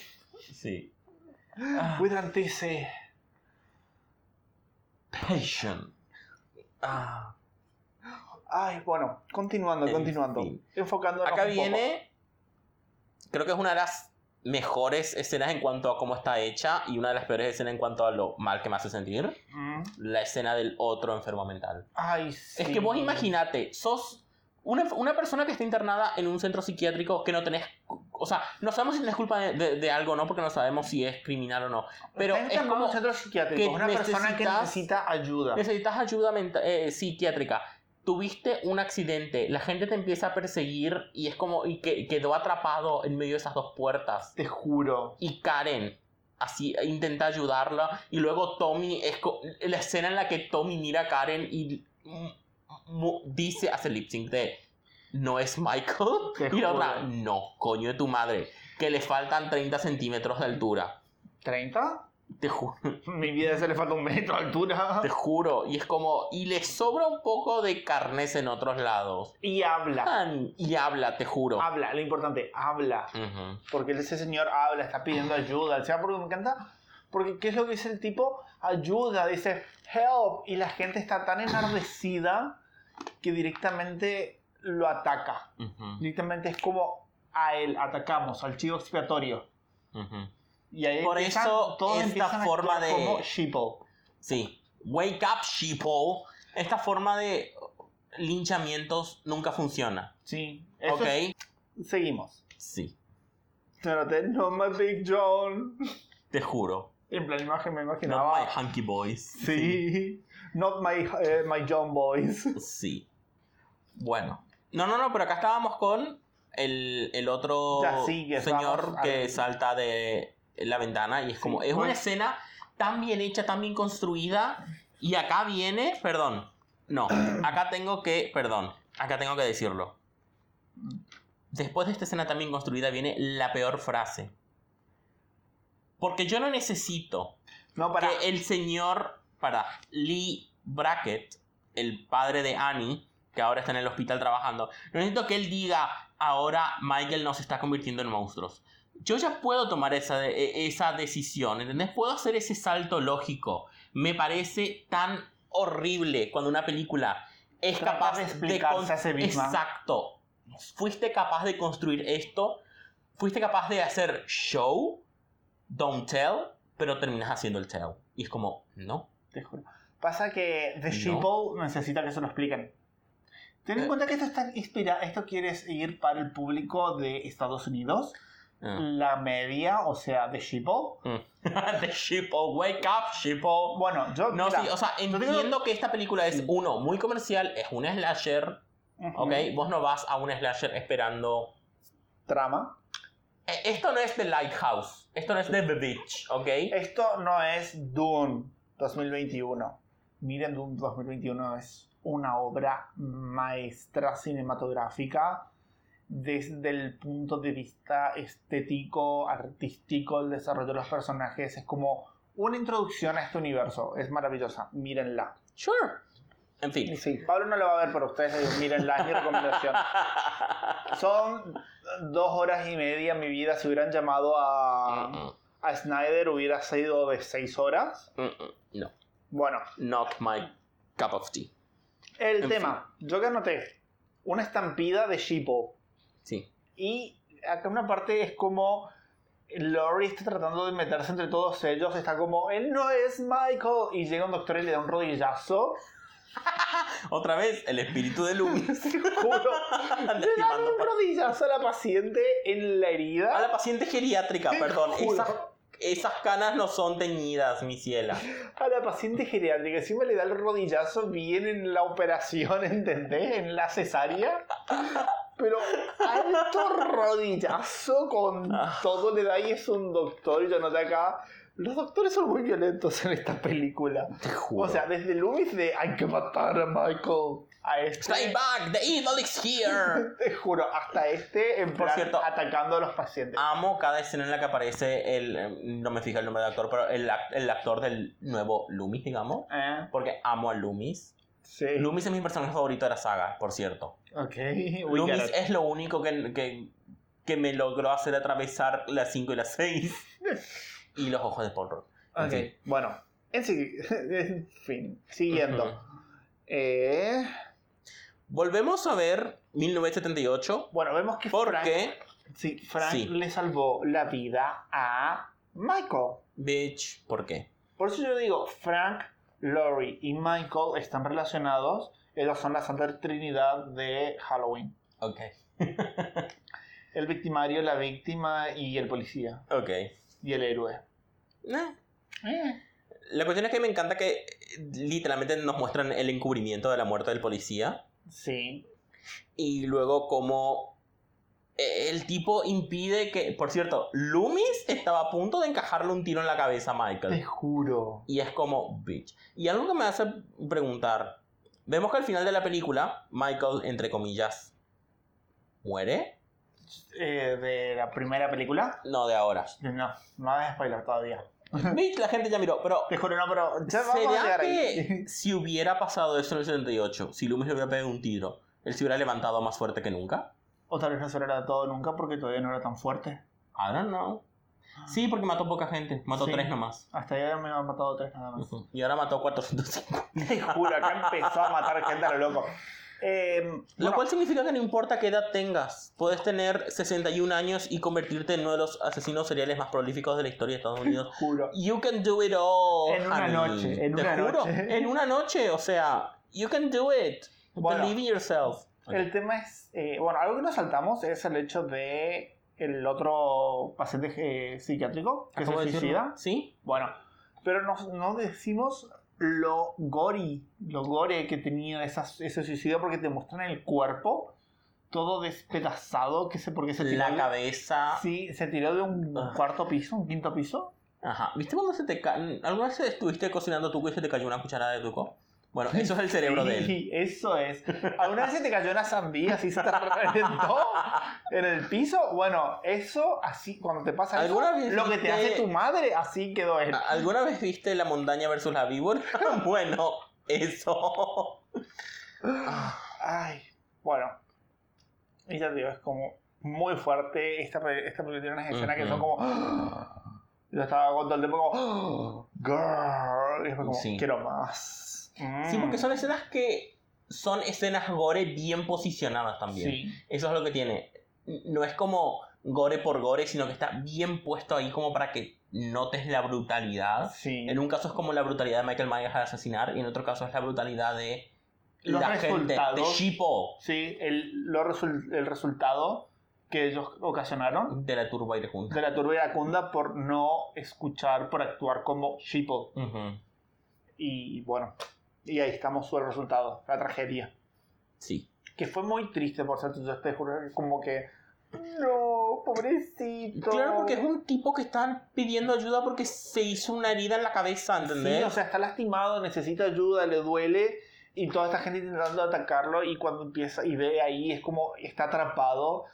sí. Ah. with antici. Passion. Ah. Ay, bueno, continuando, En continuando. fin. Enfocándonos Acá un poco. viene. Creo que es una de las mejores escenas en cuanto a cómo está hecha y una de las peores escenas en cuanto a lo mal que me hace sentir. Mm. La escena del otro enfermo mental. Ay, sí. Es que vos imaginate, sos una, una persona que está internada en un centro psiquiátrico que no tenés. O sea, no sabemos si tenés culpa de, de- de algo o no, porque no sabemos si es criminal o no. Pero Está es internado en como. un centro psiquiátrico, que una persona que necesitas- necesita ayuda. Necesitas ayuda menta- eh, psiquiátrica. Tuviste un accidente, la gente te empieza a perseguir y es como. Y que, quedó atrapado en medio de esas dos puertas. Te juro. Y Karen. Así intenta ayudarla. Y luego Tommy. Es co- la escena en la que Tommy mira a Karen y mm, mu- dice. Hace lip sync de. no es Michael. Te y la otra, juro. no, coño de tu madre. Que le faltan 30 centímetros de altura. ¿30? Te juro. Mi vida se le falta un metro de altura. Te juro. Y es como, y le sobra un poco de carnes en otros lados. Y habla. Tan- Y habla, te juro. Habla, lo importante, habla. Ujú. Porque ese señor habla, está pidiendo ayuda. ¿Sabes por qué me encanta? Porque ¿qué es lo que dice el tipo? Ayuda, dice help. Y la gente está tan enardecida que directamente lo ataca. Ujú. Directamente es como a él atacamos, al chivo expiatorio. Ujú. Y ahí Por empiezan- eso esta empiezan a forma actuar de- Como sheeple. Sí. Wake up, sheeple. Esta forma de linchamientos nunca funciona. Sí. Eso ¿Ok? es- Seguimos. Sí. Pero te- no my big John. Te juro. En plan imagen me No imaginaba. my hunky boys. Sí. Not my, eh, my John boys. Sí. Bueno. No, no, no, pero acá estábamos con el, el otro Ya, sí, que señor estábamos que al- salta de la ventana y es como, Sí, es una pues- escena tan bien hecha, tan bien construida y acá viene, perdón, no, acá tengo que, perdón, acá tengo que decirlo. Después de esta escena tan bien construida viene la peor frase. Porque yo no necesito No, para. que eh, el señor, para, Lee Brackett, el padre de Annie, que ahora está en el hospital trabajando, no necesito que él diga, ahora Michael nos está convirtiendo en monstruos. Yo ya puedo tomar esa, de- e- esa decisión, ¿entendés? Puedo hacer ese salto lógico. Me parece tan horrible cuando una película es Trata capaz de de... explicarse con- a sí misma. Exacto. Fuiste capaz de construir esto, fuiste capaz de hacer show, don't tell, pero terminas haciendo el tell. Y es como, no. Te juro. Pasa que The No. Sheeple necesita que se lo expliquen. Ten en Eh. cuenta que esto está inspirado, esto quiere ir para el público de Estados Unidos, Ah. la media, o sea, The Sheeple. The Sheeple, wake up, Sheeple. Bueno, yo No, mira, sí, o sea, digo- entiendo que esta película es, Sí. uno, muy comercial, es un slasher, ujú, ¿ok? Vos no vas a un slasher esperando... trama. Eh, Esto no es The Lighthouse, esto no es The Beach, ¿ok? Esto no es Dune 2021. Miren, Dune 2021 es una obra maestra cinematográfica desde el punto de vista estético, artístico, el desarrollo de los personajes. Es como una introducción a este universo. Es maravillosa. Mírenla. Sure. En Y fin. Sí, Pablo no la va a ver, pero ustedes les digo, mírenla. Es mi recomendación. Son dos horas y media mi vida. Si hubieran llamado a, Mm-mm, a Snyder, hubiera sido de seis horas. mm-mm, mm, No, Bueno, not my cup of tea. el En tema. Yo que anoté una estampida de Shippo. Sí. Y acá una parte es como Lori está tratando de meterse entre todos ellos. Está como, él no es Michael. Y llega un doctor y le da un rodillazo. Otra vez, el espíritu de Loomis. Juro. Anda Le da estimando un rodillazo a la paciente en la herida. A la paciente geriátrica, Te perdón. juro. Esas, esas canas no son teñidas, mi ciela. A la paciente geriátrica. Encima le da el rodillazo bien en la operación, ¿entendés? En la cesárea. Pero alto rodillazo con Ah. todo le da y es un doctor y yo noté acá. Los doctores son muy violentos en esta película. Te juro. O sea, desde Loomis de hay que matar a Michael a Stay este. back, the evil is here. Te juro, hasta este en Por plan, cierto. atacando a los pacientes. Amo cada escena en la que aparece el. eh, No me fijo el nombre del actor, pero el, ac- el actor del nuevo Loomis, digamos. Eh, Porque amo a Loomis. sí. Loomis es mi personaje favorito de la saga, por cierto. Ok. we Loomis get it. es lo único que, que, que me logró hacer atravesar las 5 y las 6. y los ojos de Paul Rudd. En Ok, fin. Bueno, en, sí- en fin, siguiendo. Eh, Volvemos a ver 1978 bueno, vemos que Frank, porque, sí, Frank Sí. le salvó la vida a Michael. bitch, ¿por qué? Por eso yo digo, Frank, Laurie y Michael están relacionados. Ellos son la Santa Trinidad de Halloween. Ok. El victimario, la víctima y el policía. Ok. Y el héroe. Nah. Eh, La cuestión es que me encanta que eh, literalmente nos muestran el encubrimiento de la muerte del policía Sí. y luego como el tipo impide que, por cierto, Loomis estaba a punto de encajarle un tiro en la cabeza a Michael. Te juro. Y es como, bitch. Y algo que me hace preguntar. Vemos que al final de la película, Michael, entre comillas, ¿Muere? Eh, de la primera película. No, de ahora. No, no hagas spoiler todavía. Bitch, la gente ya miró, pero... Te juro, no, pero ya vamos a ¿Será llegar que ahí. si hubiera pasado eso en el 78, si Loomis le hubiera pegado un tiro, él se hubiera levantado más fuerte que nunca? O tal vez no se lo era todo nunca porque todavía no era tan fuerte. I don't know. Sí, porque mató poca gente. Mató Sí. tres nomás. Hasta ya me han matado tres nada más. Ujú. Y ahora mató 405. Te juro, acá empezó a matar gente a lo loco. Eh, Lo bueno, cual significa que no importa qué edad tengas, puedes tener 61 años y convertirte en uno de los asesinos seriales más prolíficos de la historia de Estados Unidos. juro. You can do it all. En una honey. noche, en Te una juro, noche. En una noche, o sea, you can do it. Bueno. Believe in yourself. El tema es, eh, bueno, algo que nos saltamos es el hecho de el otro paciente eh, psiquiátrico que se Acabo de decirlo. suicida. ¿Sí? Bueno, pero nos- no decimos lo gori, lo gore que tenía esas- ese suicidio porque te muestran el cuerpo todo despedazado, que sé por qué se tiró. La de- cabeza. Sí, se tiró de un Ah. cuarto piso, un quinto piso. Ajá. ¿Viste cuando se te ca... ¿Alguna vez estuviste cocinando tuco y se te cayó una cucharada de tuco? Bueno, eso es el cerebro de él. Sí, eso es. ¿Alguna vez se te cayó una sandía así se te reventó en el piso? Bueno, eso así, cuando te pasa eso, ¿Alguna vez lo que te viste- hace tu madre, así quedó él. ¿Alguna vez viste la montaña versus la víbora? bueno, eso. Ay, bueno. Y ya te digo, es como muy fuerte. Esta, pe- esta película tiene unas escenas que son como. Yo estaba con todo el tiempo como. Girl. Y después como, Sí. quiero más. Mm. Sí, porque eso son escenas que son escenas gore bien posicionadas también. Sí. Eso es lo que tiene. No es como gore por gore, sino que está bien puesto ahí como para que notes la brutalidad. Sí. En un caso es como la brutalidad de Michael Myers al asesinar, y en otro caso es la brutalidad de Los la gente, de resultados. Shippo, Sí, el, lo resul- el resultado que ellos ocasionaron de la turba y de Junta. de la turba iracunda por no escuchar, por actuar como sheeple. Ujú. Y bueno, y ahí estamos su resultado, la tragedia. Sí. Que fue muy triste, por cierto, yo te juro, como que... No, pobrecito. Claro, porque es un tipo que está pidiendo ayuda porque se hizo una herida en la cabeza, ¿entendés? Sí, o sea, está lastimado, necesita ayuda, le duele. Y toda esta gente intentando atacarlo y cuando empieza y ve ahí es como está atrapado.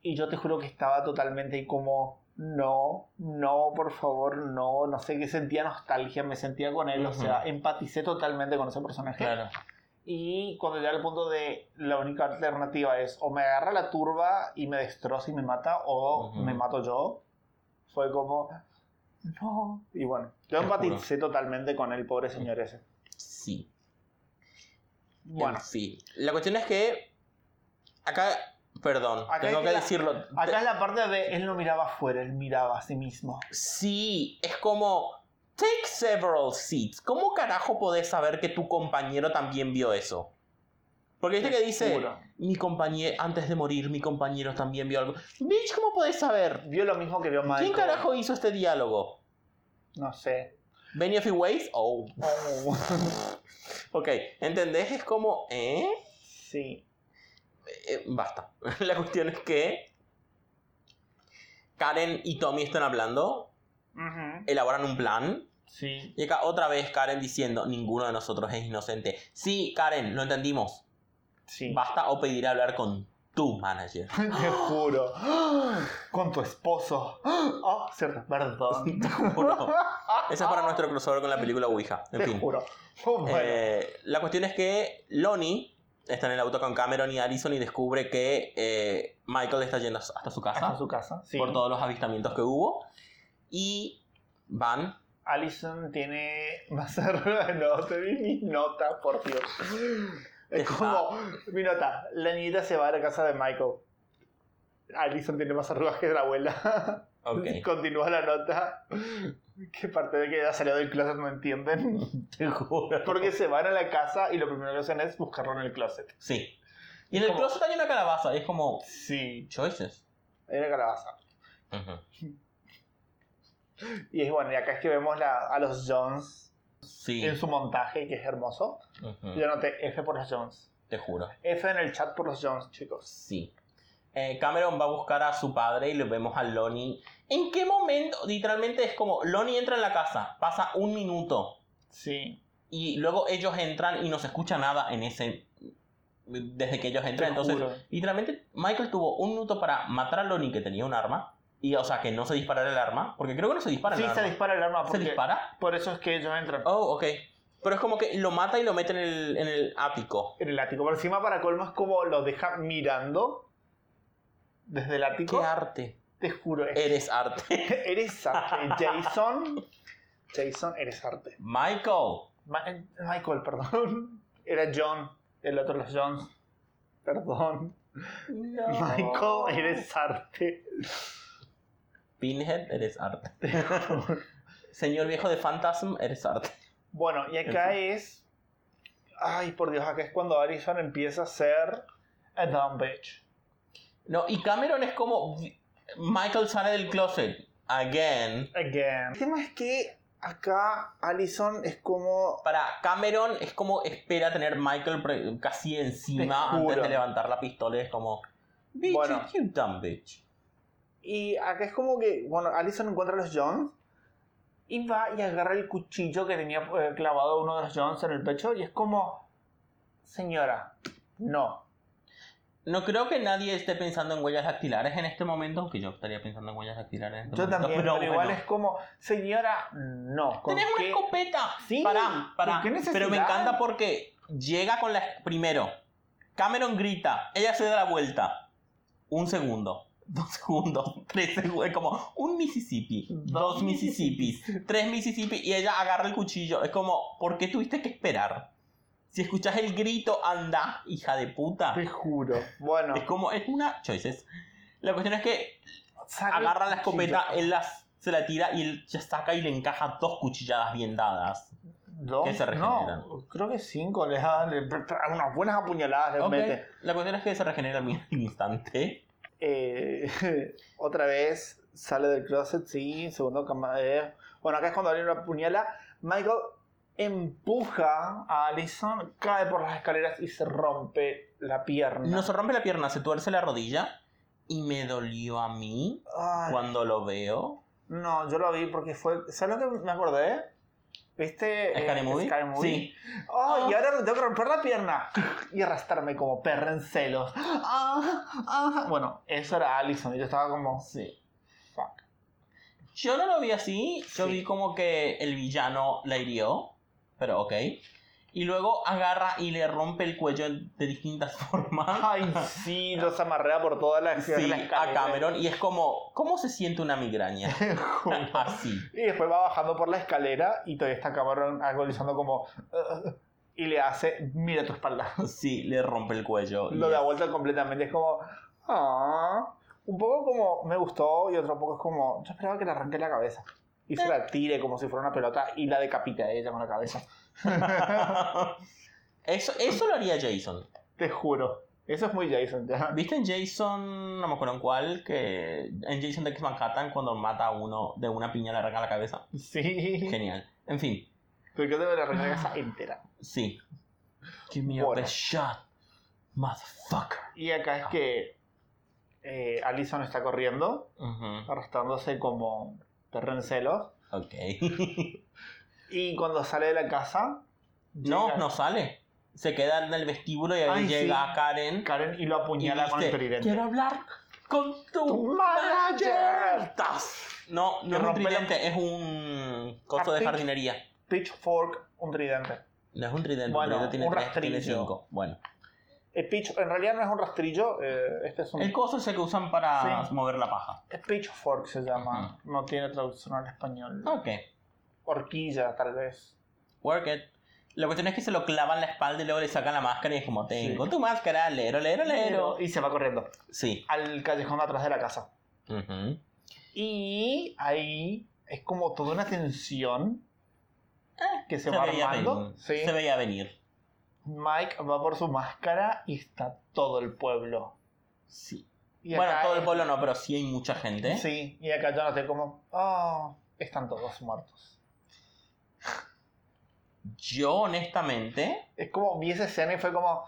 Y yo te juro que estaba totalmente ahí como... No, no, por favor, no. No sé qué sentía nostalgia, me sentía con él. O Ujú. sea, empaticé totalmente con ese personaje. Claro. Y cuando llega al punto de la única alternativa es o me agarra la turba y me destroza y me mata, o Ujú. me mato yo, fue como, no. Y bueno, yo Te empaticé totalmente con el pobre señor ese. Sí. Bueno, En fin. La cuestión es que. Acá. Perdón, Acá tengo es que la- decirlo. acá es la parte de él no miraba afuera, él miraba a sí mismo. Sí, es como. Take several seats. ¿Cómo carajo podés saber que tu compañero también vio eso? Porque viste que dice. Seguro. Mi compañero, antes de morir, mi compañero también vio algo. Bitch, ¿cómo podés saber? Vio lo mismo que vio Michael. ¿Quién carajo hizo este diálogo? No sé. ¿Benioff y Weiss? Oh. Oh, Ok, ¿entendés? Es como. ¿Eh? sí. Eh, basta. La cuestión es que Karen y Tommy están hablando, Ujú. elaboran un plan. Sí. Y acá otra vez Karen diciendo, ninguno de nosotros es inocente. Sí, Karen, lo entendimos. Sí. Basta o pediré hablar con tu manager. Te juro. Con tu esposo. Oh, cierto, perdón. Te juro. Esa es para nuestro crossover con la película Ouija. En Te fin. juro. Oh, bueno. Eh, la cuestión es que Lonnie está en el auto con Cameron y Allison y descubre que eh, Michael está yendo hasta su casa. Hasta su casa. Sí. por todos los avistamientos que hubo. Y van. Allison tiene más arriba. No, te vi mi nota, por Dios. Es Está. como, mi nota, la niñita se va a la casa de Michael. Allison tiene más arrugas que la abuela. Ok. Continúa la nota. Que parte de que ya salió del closet no entienden. Te juro. Porque se van a la casa y lo primero que hacen es buscarlo en el closet. Sí. Y en el Como- closet hay una calabaza. Y es como. Sí, Choices. hay una calabaza. Y es bueno, y acá es que vemos la- a los Jones Sí. en su montaje, que es hermoso. Ujú. Yo noté F por los Jones. Te juro. F en el chat por los Jones, chicos. Sí. Eh, Cameron va a buscar a su padre y lo vemos a Lonnie. ¿En qué momento? Literalmente es como Lonnie entra en la casa, pasa un minuto Sí. y luego ellos entran y no se escucha nada en ese desde que ellos Te entran. Entonces, juro. literalmente, Michael tuvo un minuto para matar a Lonnie, que tenía un arma. Y, o sea, que no se disparara el arma. Porque creo que no se dispara Sí, el se arma. dispara el arma. ¿Se Porque dispara? Por eso es que ellos entran Oh, ok. Pero es como que lo mata y lo mete en el, en el ático. en el ático. Por encima, para colmo, es como los deja mirando desde el ¡Qué Eh. ático. arte! Te juro. es- Eres arte. Eres arte. Jason. Jason, eres arte. Michael. Ma- eh, Michael, perdón. Era John. El otro los Johns. Perdón. Oh. Michael, eres arte. Pinhead, eres arte. Señor viejo de Phantasm, eres arte. Bueno, y acá es. Ay, por Dios, acá es cuando Allison empieza a ser a dumb bitch. No, y Cameron es como Michael sale del closet. Again. Again. El tema es que acá Allison es como. Para Cameron es como espera tener Michael pre- casi encima Te juro. antes de levantar la pistola. Es como, bitch, Bueno. you dumb bitch. Y acá es como que. Bueno, Allison encuentra a los Jones. Y va y agarra el cuchillo que tenía eh, clavado uno de los Jones en el pecho. Y es como. Señora, no. No creo que nadie esté pensando en huellas dactilares en este momento, aunque yo estaría pensando en huellas dactilares en este Yo momento. también, pero, pero igual bueno. es como. Señora, no. ¿Con Tenés una qué? escopeta. Sí, Pará, pará. ¿con qué necesidad? Pero me encanta porque llega con la. Primero, Cameron grita. Ella se da la vuelta. Un segundo. Dos segundos. Tres segundos. Es como un Mississippi. Dos Dos, Mississippis. Tres Mississippi. Y ella agarra el cuchillo. Es como, ¿por qué tuviste que esperar? Si escuchas el grito, anda, hija de puta. Te juro. Bueno, Es como, es una. Choices. La cuestión es que saca el agarra la cuchillo. escopeta, él las- se la tira y él ya saca y le encaja dos cuchilladas bien dadas. ¿Dos? que se regeneran. No, creo que cinco. Le da le- unas buenas apuñaladas. Le Ok, mete. La cuestión es que se regenera al mismo instante. Eh, otra vez sale del closet, sí. Segundo cama. eh. Bueno, acá es cuando alguien una puñala. Michael empuja a Allison, cae por las escaleras y se rompe la pierna. No se rompe la pierna, se tuerce la rodilla. Y me dolió a mí Ay, cuando lo veo. no, yo lo vi porque fue. ¿Sabes lo que me acordé? ¿Viste? eh, ¿Scary Movie? Scary Movie? Sí. ¡Ay! Ah. Oh, Y ahora me tengo que romper la pierna y arrastrarme como perra en celos. Ah, ah. Bueno, eso era Allison. y Yo estaba como. sí. Fuck. Yo no lo vi así. Yo Sí. vi como que el villano la hirió. Pero ok. Y luego agarra y le rompe el cuello de distintas formas. Ay, sí, los amarrea por toda la Sí, la a escalera. Cameron. Y es como, ¿cómo se siente una migraña? así. Y después va bajando por la escalera y todavía está Cameron agonizando como. "Ugh", y le hace, mira tu espalda. Sí, le rompe el cuello. Lo Y da es- vuelta completamente. Es como. "Ah". Un poco como me gustó y otro poco es como. Yo esperaba que le arranque la cabeza. Y se la tire como si fuera una pelota y la decapita a ella con la cabeza. eso, eso lo haría Jason. Te juro. Eso es muy Jason, ya. ¿Viste en Jason, no me acuerdo en cuál, que en Jason de X Manhattan cuando mata a uno de una piña le arranca la cabeza? Sí. Genial. En fin, Porque te la regresa entera. sí. Give me Bueno. a best shot, motherfucker. Y acá es que eh, Allison está corriendo, Ujú, arrastrándose como perro en celos. Ok. Y cuando sale de la casa, no, Llega. no sale. Se queda en el vestíbulo y ahí Ay, llega sí. Karen. Karen y lo y apuñala con el dice, tridente. Quiero hablar con tu, ¡Tu manager! manager. Tas. No, Te no es un rompe la- tridente, es un coso de Cartucho. jardinería. Pitchfork, un tridente. No es un tridente, Bueno, pero tiene un tres, tiene rastrillo. cinco. Bueno. El pitch, en realidad no es un rastrillo, eh, este es un. El coso es el que usan para Sí. mover la paja. es Pitchfork se llama. No tiene traducción al español. Ok. Horquilla, tal vez. Work it. La cuestión es que se lo clavan en la espalda y luego le sacan la máscara y es como, tengo Sí. tu máscara, lero, lero, lero. Y se va corriendo Sí. al callejón de atrás de la casa. Ujú. Y ahí es como toda una tensión que se, va Ah, veía armando. venir. Sí. Se veía venir. Mike va por su máscara y está todo el pueblo. Sí. Y bueno, acá- todo el pueblo ¿eh? no, pero sí hay mucha gente. Sí, y acá yo noté como, oh, están todos muertos. Yo, honestamente, Es como, vi esa escena y fue como,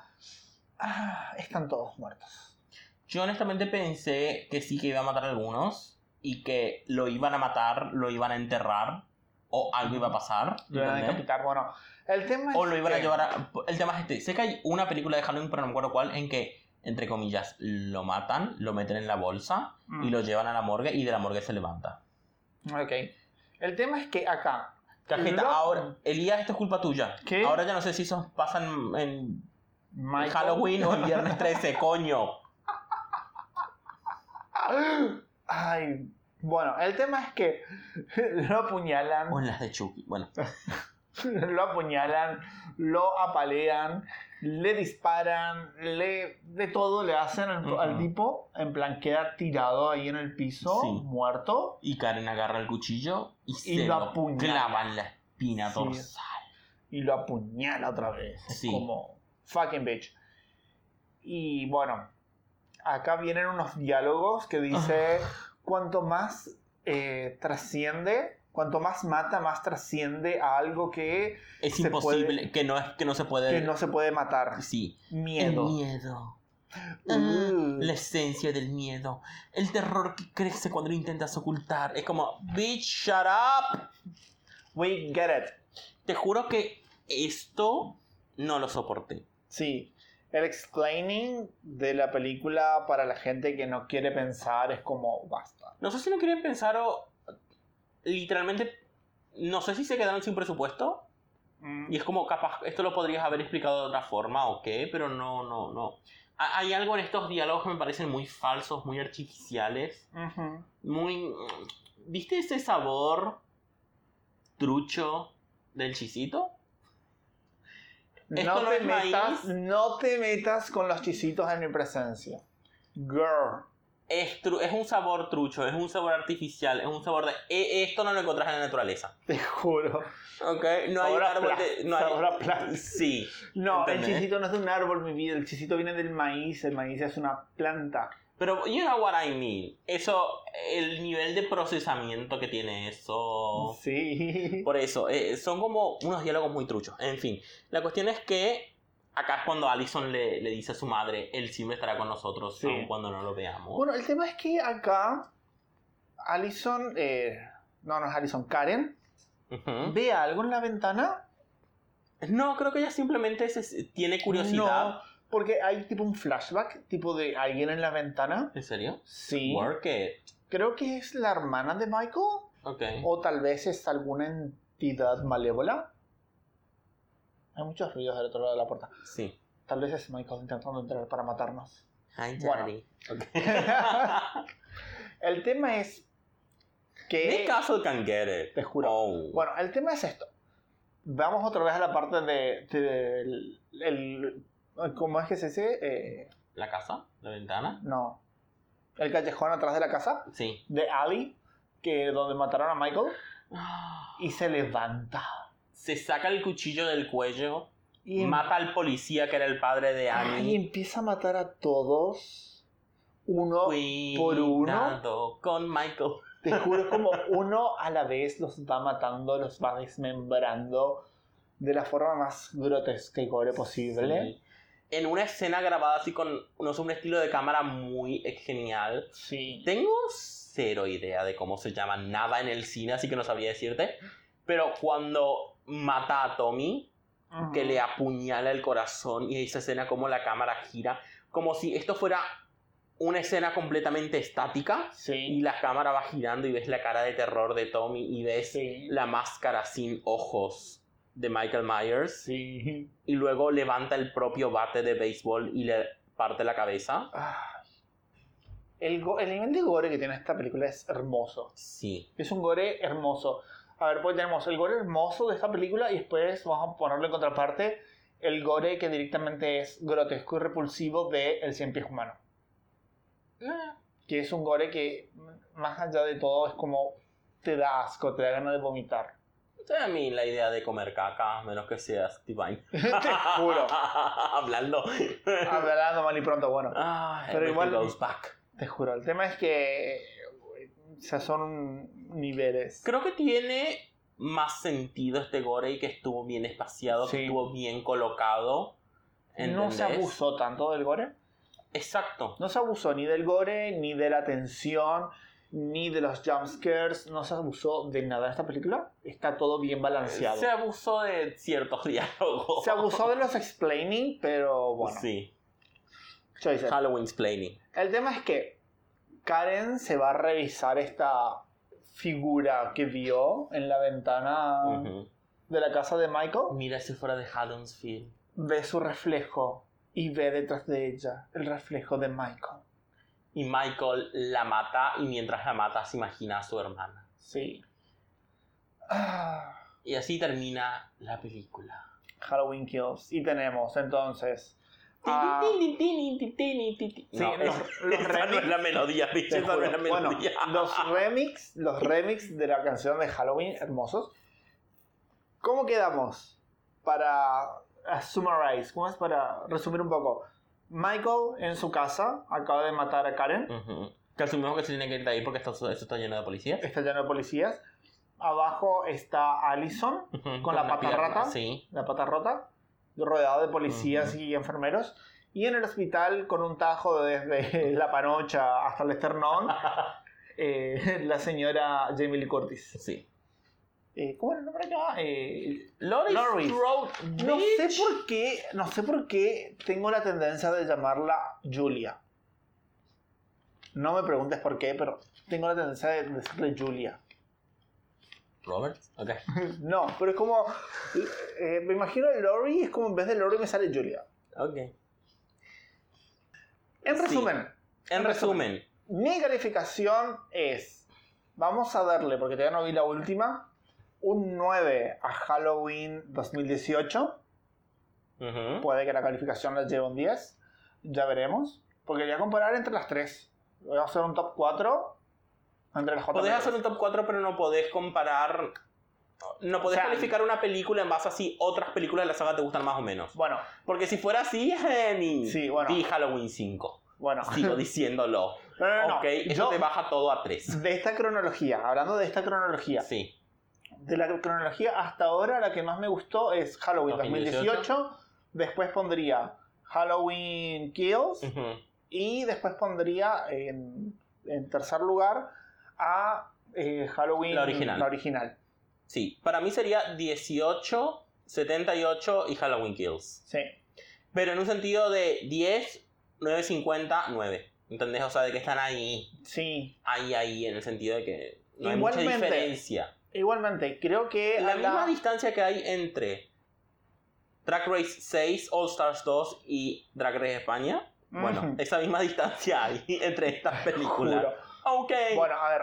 ah, están todos muertos. yo honestamente pensé que sí que iba a matar a algunos y que lo iban a matar, lo iban a enterrar o algo iba a pasar. Lo iban a ¿entendés? decapitar. Bueno, el tema es. O lo iban a que- llevar a... El tema es este. Sé que hay una película de Halloween, pero no me acuerdo cuál, en que, entre comillas, lo matan, lo meten en la bolsa Mm, y lo llevan a la morgue y de la morgue se levanta. Ok. El tema es que acá. Cajeta, Lo- ahora... Elías, esto es culpa tuya. ¿Qué? Ahora ya no sé si esos pasan en Michael- Halloween o en Viernes 13, coño. Ay. Bueno, el tema es que lo apuñalan, O en las de Chucky. Bueno, lo apuñalan, lo apalean, le disparan, le de todo le hacen al, Ujú. al tipo, en plan queda tirado ahí en el piso, Sí. muerto. y Karen agarra el cuchillo y, se lo lo apuñala. clava en la espina Sí. dorsal. y lo apuñala otra vez. Es Sí. Como fucking bitch. Y bueno, acá vienen unos diálogos que dice, Ah. cuanto más eh, trasciende, cuanto más mata, más trasciende a algo que, Es Se imposible, puede- que, no es, que no se puede... que no se puede matar. Sí. Miedo. Eh, El miedo. Uh. La esencia del miedo. El terror que crece cuando lo intentas ocultar. Es como, bitch, shut up. We get it. Te juro que esto no lo soporté. Sí. El explaining de la película para la gente que no quiere pensar es como basta. No sé si no quieren pensar o... Literalmente, no sé si se quedaron sin presupuesto Mm. Y es como, capaz, esto lo podrías haber explicado de otra forma o qué, pero no, no, no. Ha- Hay algo en estos diálogos que me parecen muy falsos, muy artificiales, Ujú. muy... ¿Viste ese sabor trucho del chisito? No, no te es maíz. metas, no te metas con los chisitos en mi presencia. Girl. Es, tru- es un sabor trucho, es un sabor artificial, es un sabor de... "E- esto no lo encontrás en la naturaleza. Te juro. ¿Ok? No hay un Sabor a árbol plas- de... No, hay- sabor a plas- Sí. No, el ¿Entendés? chisito no es de un árbol, mi vida. El chisito viene del maíz. El maíz es una planta. Pero, you know what I mean. Eso, el nivel de procesamiento que tiene eso... Sí. Por eso, eh, son como unos diálogos muy truchos. En fin, la cuestión es que acá es cuando Allison le, le dice a su madre, él siempre estará con nosotros, Sí. aun cuando no lo veamos. Bueno, el tema es que acá Allison, eh, no, no es Allison, Karen, Ujú. ve algo en la ventana. No, creo que ella simplemente se- tiene curiosidad. No, porque hay tipo un flashback, tipo de alguien en la ventana. ¿En serio? Sí. Work it. Creo que es la hermana de Michael. Ok. O tal vez es alguna entidad malévola. Hay muchos ruidos del otro lado de la puerta. Sí. Tal vez es Michael intentando entrar para matarnos. Hi, Bueno. Daddy. el tema es que... Nick Castle can get it. Te juro. Oh. Bueno, el tema es esto. Vamos otra vez a la parte de... de- el- el- ¿Cómo es que se dice? Eh, ¿La casa? ¿La ventana? no. El callejón atrás de la casa, Sí. de Ali, que, donde mataron a Michael, y se levanta. Se saca el cuchillo del cuello, Y em- mata al policía que era el padre de Y Annie. empieza a matar a todos. Uno, por Cuidado con Michael. te juro, es como uno a la vez los va matando, los va desmembrando de la forma más grotesca y gore posible. Sí. En una escena grabada así con, no sé, un estilo de cámara muy genial. Sí. Tengo cero idea de cómo se llama nada en el cine, así que no sabría decirte. Pero cuando mata a Tommy, Ujú. que le apuñala el corazón y esa escena como la cámara gira, como si esto fuera una escena completamente estática y Sí. la cámara va girando y ves la cara de terror de Tommy y ves Sí. la máscara sin ojos de Michael Myers Sí. y luego levanta el propio bate de béisbol y le parte la cabeza. Ay. El, go- el nivel de gore que tiene esta película es hermoso. Sí. Es un gore hermoso. A ver, pues tenemos el gore hermoso de esta película y después vamos a ponerlo en contraparte el gore que directamente es grotesco y repulsivo de El Cien Pies Humano. que es un gore que mm, más allá de todo es como te da asco, te da ganas de vomitar. A mí la idea de comer caca, a menos que seas divine. te juro. Hablando. Hablando mal y pronto, bueno, Ah, Pero everything igual- goes back. te juro. El tema es que eh, o sea, son niveles. Creo que tiene más sentido este gore y que estuvo bien espaciado, Sí. que estuvo bien colocado. No se ¿entendés? abusó tanto del gore. Exacto. No se abusó ni del gore, ni de la tensión, ni de los jumpscares, no se abusó de nada en esta película. Está todo bien balanceado. Se abusó de ciertos diálogos. Se abusó de los explaining, pero bueno. Sí. choices. Halloween explaining. El tema es que Karen se va a revisar esta figura que vio en la ventana de la casa de Michael. Mira si fuera de Haddonfield. Ve su reflejo y ve detrás de ella el reflejo de Michael. Y Michael la mata y mientras la mata se imagina a su hermana. Sí. Ah. Y así termina la película. Halloween Kills. Y tenemos entonces. a- Ah. Sí, No, los- es- los esa no es la melodía, bitch, te esa no juro. es la Bueno, melodía. los remix, los remix de la canción de Halloween, hermosos. ¿Cómo quedamos? Para a summarize, ¿cómo es? Para resumir un poco. Michael en su casa acaba de matar a Karen. Ujú. Que asumimos que se tiene que ir de ahí porque esto, esto está lleno de policías. Está lleno de policías. Abajo está Allison, Ujú, la una pata pierna, rata. Sí. la pata rota, rodeado de policías Ujú. y enfermeros. Y en el hospital, con un tajo desde la panocha hasta el esternón, eh, la señora Jamie Lee Curtis. sí. Eh, ¿Cómo era el nombre acá? Eh, Laurie Laurie. Strode, no sé bitch. por qué, no sé por qué tengo la tendencia de llamarla Julia. No me preguntes por qué, pero tengo la tendencia de decirle Julia. Robert. Ok. No, pero es como, eh, me imagino a Lori, es como en vez de Lori me sale Julia. Ok. En Sí. resumen, En resumen, mi calificación es, vamos a darle, porque todavía no vi la última, un 9 a Halloween 2018. ujú, Puede que la calificación les lleve un 10. Ya veremos. Porque voy a comparar entre las tres. Voy a hacer un top 4 entre las cuatro. podés primeras. hacer un top 4, pero no podés comparar. No podés O sea, calificar una película en base a si otras películas de la saga te gustan más o menos. Bueno, Porque si fuera así, Jenny, Sí, bueno. di Halloween 5. bueno. Sigo diciéndolo. No, no, no. ok, este eso Yo- te baja todo a 3. De esta cronología, hablando de esta cronología, Sí. de la cronología hasta ahora la que más me gustó es Halloween 2018. 2018. Después pondría Halloween Kills. Ujú. Y después pondría en, en tercer lugar a eh, Halloween. La original. La original. Sí. Para mí sería 18, 78 y Halloween Kills. Sí. Pero en un sentido de 10, 9, 50, 9. ¿Entendés? O sea, de que están ahí, Sí. ahí, ahí, en el sentido de que no hay mucha Igualmente. eh, diferencia. Igualmente, creo que. La a misma distancia que hay entre Drag Race 6, All Stars 2 y Drag Race España. Bueno, Ujú, esa misma distancia hay entre estas películas. juro. Ok. Bueno, a ver,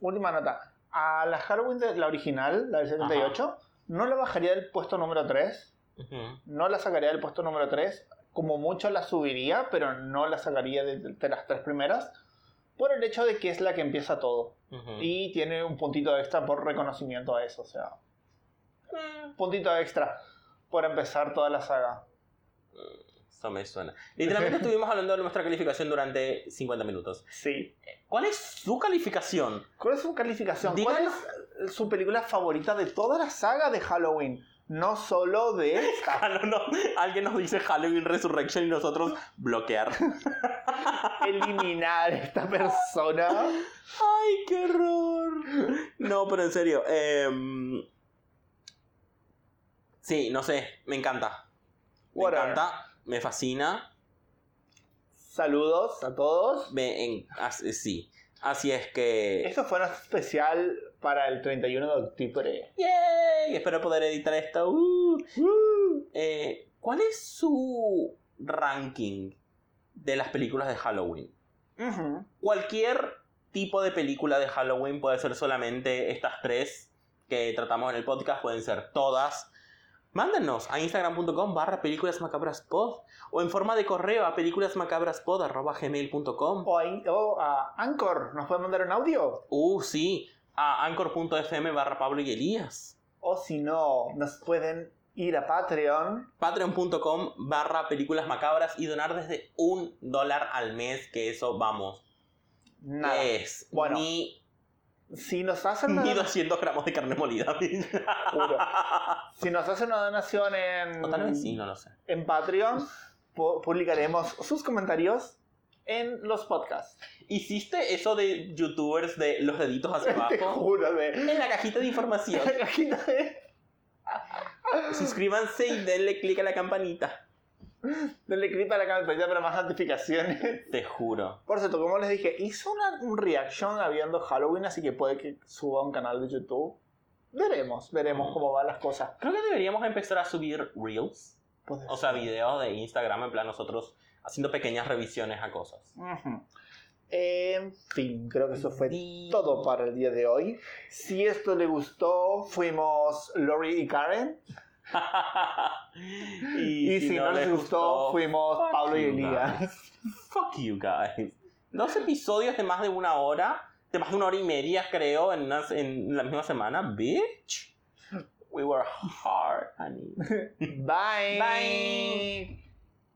última nota. A la Halloween, de, la original, la del 78, no la bajaría del puesto número 3. Ujú. No la sacaría del puesto número 3. Como mucho la subiría, pero no la sacaría de, de las tres primeras. Por el hecho de que es la que empieza todo. Ujú. Y tiene un puntito extra por reconocimiento a eso. O sea, Eh, puntito extra por empezar toda la saga. Eso me suena. Literalmente estuvimos hablando de nuestra calificación durante 50 minutos. Sí. ¿Cuál es su calificación? ¿Cuál es su calificación? ¿Cuál Díganos- es su película favorita de toda la saga de Halloween? No solo de esta. Ah, no, no. Alguien nos dice Halloween Resurrection y nosotros bloquear. Eliminar a esta persona. ¡Ay, qué horror! No, pero en serio. em, sí, no sé. Me encanta. Me Whatever. encanta. Me fascina. Saludos a todos. Me en- as- eh, sí. Así es que. Esto fue nuestro especial para el 31 de octubre. ¡Yay! Espero poder editar esto. Uh. Eh, ¿Cuál es su ranking de las películas de Halloween? Ujú. cualquier tipo de película de Halloween puede ser solamente estas tres que tratamos en el podcast, pueden ser todas. Mándenos a instagram.com barra películas macabras o en forma de correo a películasmacabraspod arroba gmail.com. O, ahí- o a Anchor, ¿nos pueden mandar un audio? Uh, sí, a anchor.fm barra Pablo y Elías. O si no, nos pueden ir a Patreon. Patreon.com barra películas macabras y donar desde un dólar al mes, que eso vamos. Nada. Es Bueno. ni, Si nos hacen una Eh, ni 200 gramos de carne molida. Juro. Si nos hacen una donación en, O tal vez sí, no lo sé. en Patreon, pu- publicaremos sus comentarios en los podcasts. ¿Hiciste eso de youtubers de los deditos hacia Te abajo? juro, de... En la cajita de información. La cajita de... Suscríbanse y denle click a la campanita. Denle click a la campanita para más notificaciones. Te juro. Por cierto, como les dije, hice una, un reaction habiendo Halloween, así que puede que suba a un canal de YouTube. Veremos, Mm. veremos cómo van las cosas. Creo que deberíamos empezar a subir reels. Pues- O sea, videos de Instagram, en plan nosotros haciendo pequeñas revisiones a cosas. Ujú. En fin, creo que eso fue Di- todo para el día de hoy. Si esto le gustó, fuimos Lori y Karen. y, Y, si, no, les gustó, fuimos fuck Pablo y you Elías. Fuck you guys. Dos episodios de más de una hora, de más de una hora y media, creo, en, una- en la misma semana. Bitch. We were hard, honey. Bye. Bye.